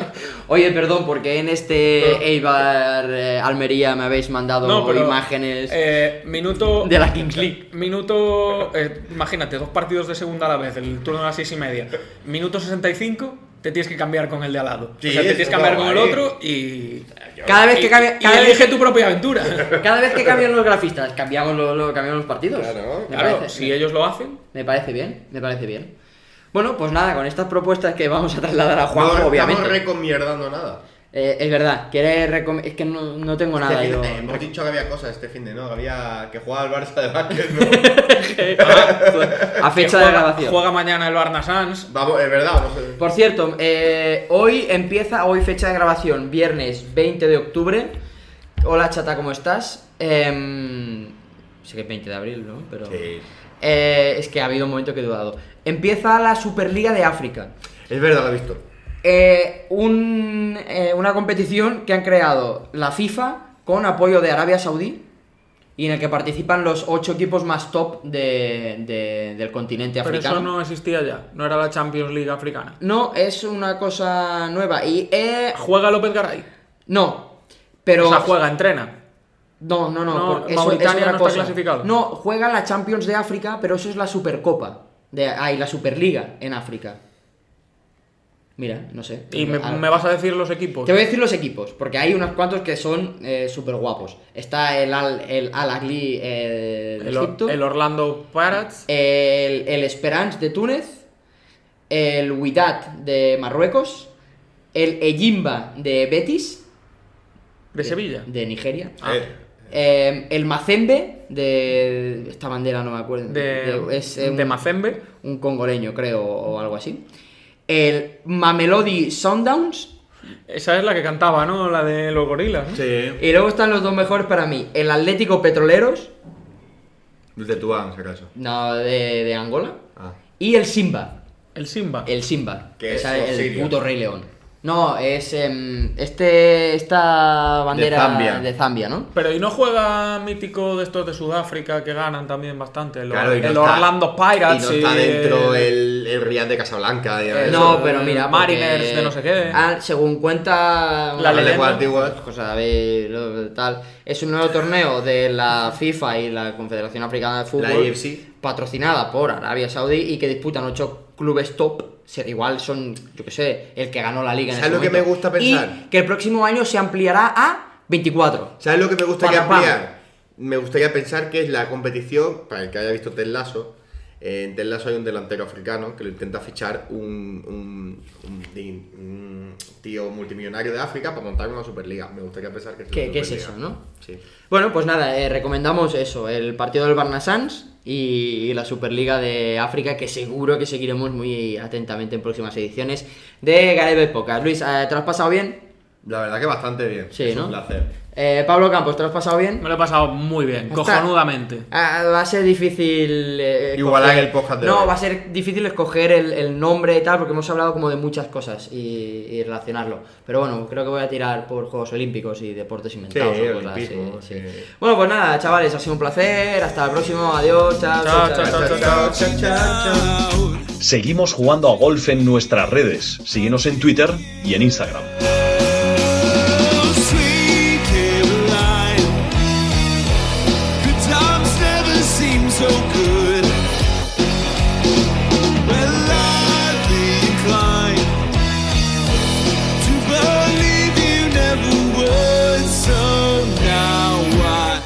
Speaker 2: Oye, perdón, porque en este Eibar eh, Almería me habéis mandado
Speaker 4: No, pero,
Speaker 2: imágenes
Speaker 4: eh, minuto.
Speaker 2: de la Kings League.
Speaker 4: Minuto. eh, imagínate, dos partidos de segunda a la vez, el turno a las seis y media. Minuto 65, te tienes que cambiar con el de al lado.
Speaker 3: Sí,
Speaker 4: o sea, te tienes que
Speaker 3: está
Speaker 4: cambiar con el
Speaker 3: guay.
Speaker 4: otro y.
Speaker 2: Cada vez que
Speaker 4: y-
Speaker 2: cambia-
Speaker 4: y
Speaker 2: cada vez-
Speaker 4: elige tu propia aventura.
Speaker 2: Cada vez que cambian los grafistas, cambiamos, lo- lo- cambiamos los partidos.
Speaker 3: Claro,
Speaker 2: me,
Speaker 4: claro,
Speaker 2: parece,
Speaker 4: si ellos lo hacen.
Speaker 2: me parece bien, me parece bien. Bueno, pues nada, con estas propuestas que vamos a trasladar a Juanjo,
Speaker 3: no
Speaker 2: obviamente.
Speaker 3: estamos recomierdando nada.
Speaker 2: Eh, es verdad, ¿quieres recom- es que no, no tengo nada.
Speaker 3: Este
Speaker 2: yo-
Speaker 3: fin de- hemos dicho que había cosas este fin de, ¿no? Que había que jugaba el Barça de básquet, ¿no?
Speaker 2: a
Speaker 4: que
Speaker 2: fecha de
Speaker 4: juega,
Speaker 2: grabación.
Speaker 4: Juega mañana el Barna Sans.
Speaker 3: Vamos, es verdad, no sé.
Speaker 2: Por cierto, eh, hoy empieza, hoy fecha de grabación, viernes 20 de octubre. Hola chata, ¿cómo estás? Em, sé que es 20 de abril, ¿no? Pero...
Speaker 3: Sí.
Speaker 2: Eh, es que ha habido un momento que he dudado. Empieza la Superliga de África.
Speaker 3: Es verdad, lo he visto.
Speaker 2: Eh, un, eh, una competición que han creado la FIFA con apoyo de Arabia Saudí y en el que participan los ocho equipos más top de- de- del continente
Speaker 4: Pero
Speaker 2: africano.
Speaker 4: eso no existía ya. No era la Champions League africana.
Speaker 2: No, es una cosa nueva. Y eh,
Speaker 4: Juega López Garay.
Speaker 2: no, pero.
Speaker 4: o sea, juega, entrena.
Speaker 2: No, no, no.
Speaker 4: No,
Speaker 2: porque
Speaker 4: Mauritania
Speaker 2: otra
Speaker 4: no está clasificado.
Speaker 2: No, juega la Champions de África, pero eso es la Supercopa. De, ah, y la Superliga en África. Mira, no sé.
Speaker 4: ¿Y me,
Speaker 2: A-
Speaker 4: me vas a decir los equipos?
Speaker 2: Te voy a decir los equipos, porque hay unos cuantos que son súper guapos. Está el Al, el Al Ahly, eh, de
Speaker 4: El, Or-
Speaker 2: Egipto.
Speaker 4: el Orlando
Speaker 2: Eh,
Speaker 4: Pirates.
Speaker 2: el, el Esperance de Túnez, el Wydad de Marruecos, el Ejimba de Betis,
Speaker 4: de Sevilla. Ah,
Speaker 2: de Nigeria,
Speaker 3: Eh,
Speaker 2: eh, el Mazembe de... esta bandera no me acuerdo.
Speaker 4: De,
Speaker 2: de- es, eh,
Speaker 4: de
Speaker 2: un,
Speaker 4: Mazembe.
Speaker 2: un congoleño creo o algo así. El Mamelodi Sundowns
Speaker 4: Esa es la que cantaba, ¿no? La de los gorilas. ¿no?
Speaker 3: sí.
Speaker 2: y luego están los dos mejores para mí, el Atlético Petroleros,
Speaker 3: El de Tuán, si acaso.
Speaker 2: no, de, de Angola,
Speaker 3: Ah.
Speaker 2: y el Simba.
Speaker 4: El Simba.
Speaker 2: El Simba.
Speaker 3: Que
Speaker 2: O sea,
Speaker 3: es
Speaker 2: el
Speaker 3: sirio.
Speaker 2: puto Rey León. No, es em, este esta bandera
Speaker 3: Zambia.
Speaker 2: de Zambia, ¿no?
Speaker 4: Pero y no juega mítico de estos de Sudáfrica que ganan también bastante. El,
Speaker 3: Claro, y no
Speaker 4: el
Speaker 3: está-
Speaker 4: Orlando
Speaker 3: Y
Speaker 4: Pirates.
Speaker 3: no está dentro
Speaker 4: el... Eh,
Speaker 3: el, el Riyadh de Casablanca. ya ves.
Speaker 2: no,
Speaker 4: eso,
Speaker 2: pero
Speaker 4: el
Speaker 2: mira,
Speaker 4: Mariners
Speaker 2: porque-
Speaker 4: de no sé qué.
Speaker 2: Ah, según cuenta
Speaker 4: La
Speaker 3: Las
Speaker 4: leyenda.
Speaker 3: lenguas antiguas.
Speaker 2: cosa de lo- tal, es un nuevo torneo de la FIFA y la Confederación Africana de Fútbol,
Speaker 3: La AFC.
Speaker 2: patrocinada por Arabia Saudí y que disputan ocho clubes top. Se- Igual son, yo qué sé, el que ganó la liga. en
Speaker 3: ¿Sabes
Speaker 2: ese
Speaker 3: lo que
Speaker 2: momento.
Speaker 3: me gusta pensar?
Speaker 2: Y que el próximo año se ampliará a 24.
Speaker 3: ¿Sabes lo que me gustaría
Speaker 2: Para, para.
Speaker 3: ampliar? Me gustaría pensar que es la competición, para el que haya visto Ted Lasso, eh, en Ted Lasso hay un delantero africano que lo intenta fichar un, un- un di- un tío multimillonario de África para montar una Superliga. Me gustaría pensar que es la
Speaker 2: ¿Qué- qué es
Speaker 3: Superliga.
Speaker 2: eso, no?
Speaker 3: Sí.
Speaker 2: Bueno, pues nada, eh, recomendamos eso, el partido del Barna Sans y, y la Superliga de África, que seguro que seguiremos muy atentamente en próximas ediciones de Gareth Podcast. Luis, eh, ¿te lo has pasado bien?
Speaker 3: La verdad que bastante bien.
Speaker 2: Sí,
Speaker 3: es
Speaker 2: ¿no?
Speaker 3: un placer.
Speaker 2: Eh, Pablo Campos, ¿te lo has pasado bien?
Speaker 4: Me lo he pasado muy bien,
Speaker 2: Está-
Speaker 4: cojonudamente.
Speaker 2: Ah, va a ser difícil. eh,
Speaker 3: Igualar
Speaker 2: escoger-
Speaker 3: el podcast de
Speaker 2: No,
Speaker 3: hoy.
Speaker 2: va a ser difícil escoger el, el nombre y tal, porque hemos hablado como de muchas cosas y, y relacionarlo. Pero bueno, creo que voy a tirar por Juegos Olímpicos y deportes inventados. o cosas así,
Speaker 3: olimpismo,
Speaker 2: sí.
Speaker 3: sí.
Speaker 2: Bueno, pues nada, chavales, ha sido un placer. Hasta el próximo. Adiós. Chao,
Speaker 4: Chao, chao, chao, chao, chao.
Speaker 1: Seguimos jugando a golf en nuestras redes. Síguenos en Twitter y en Instagram.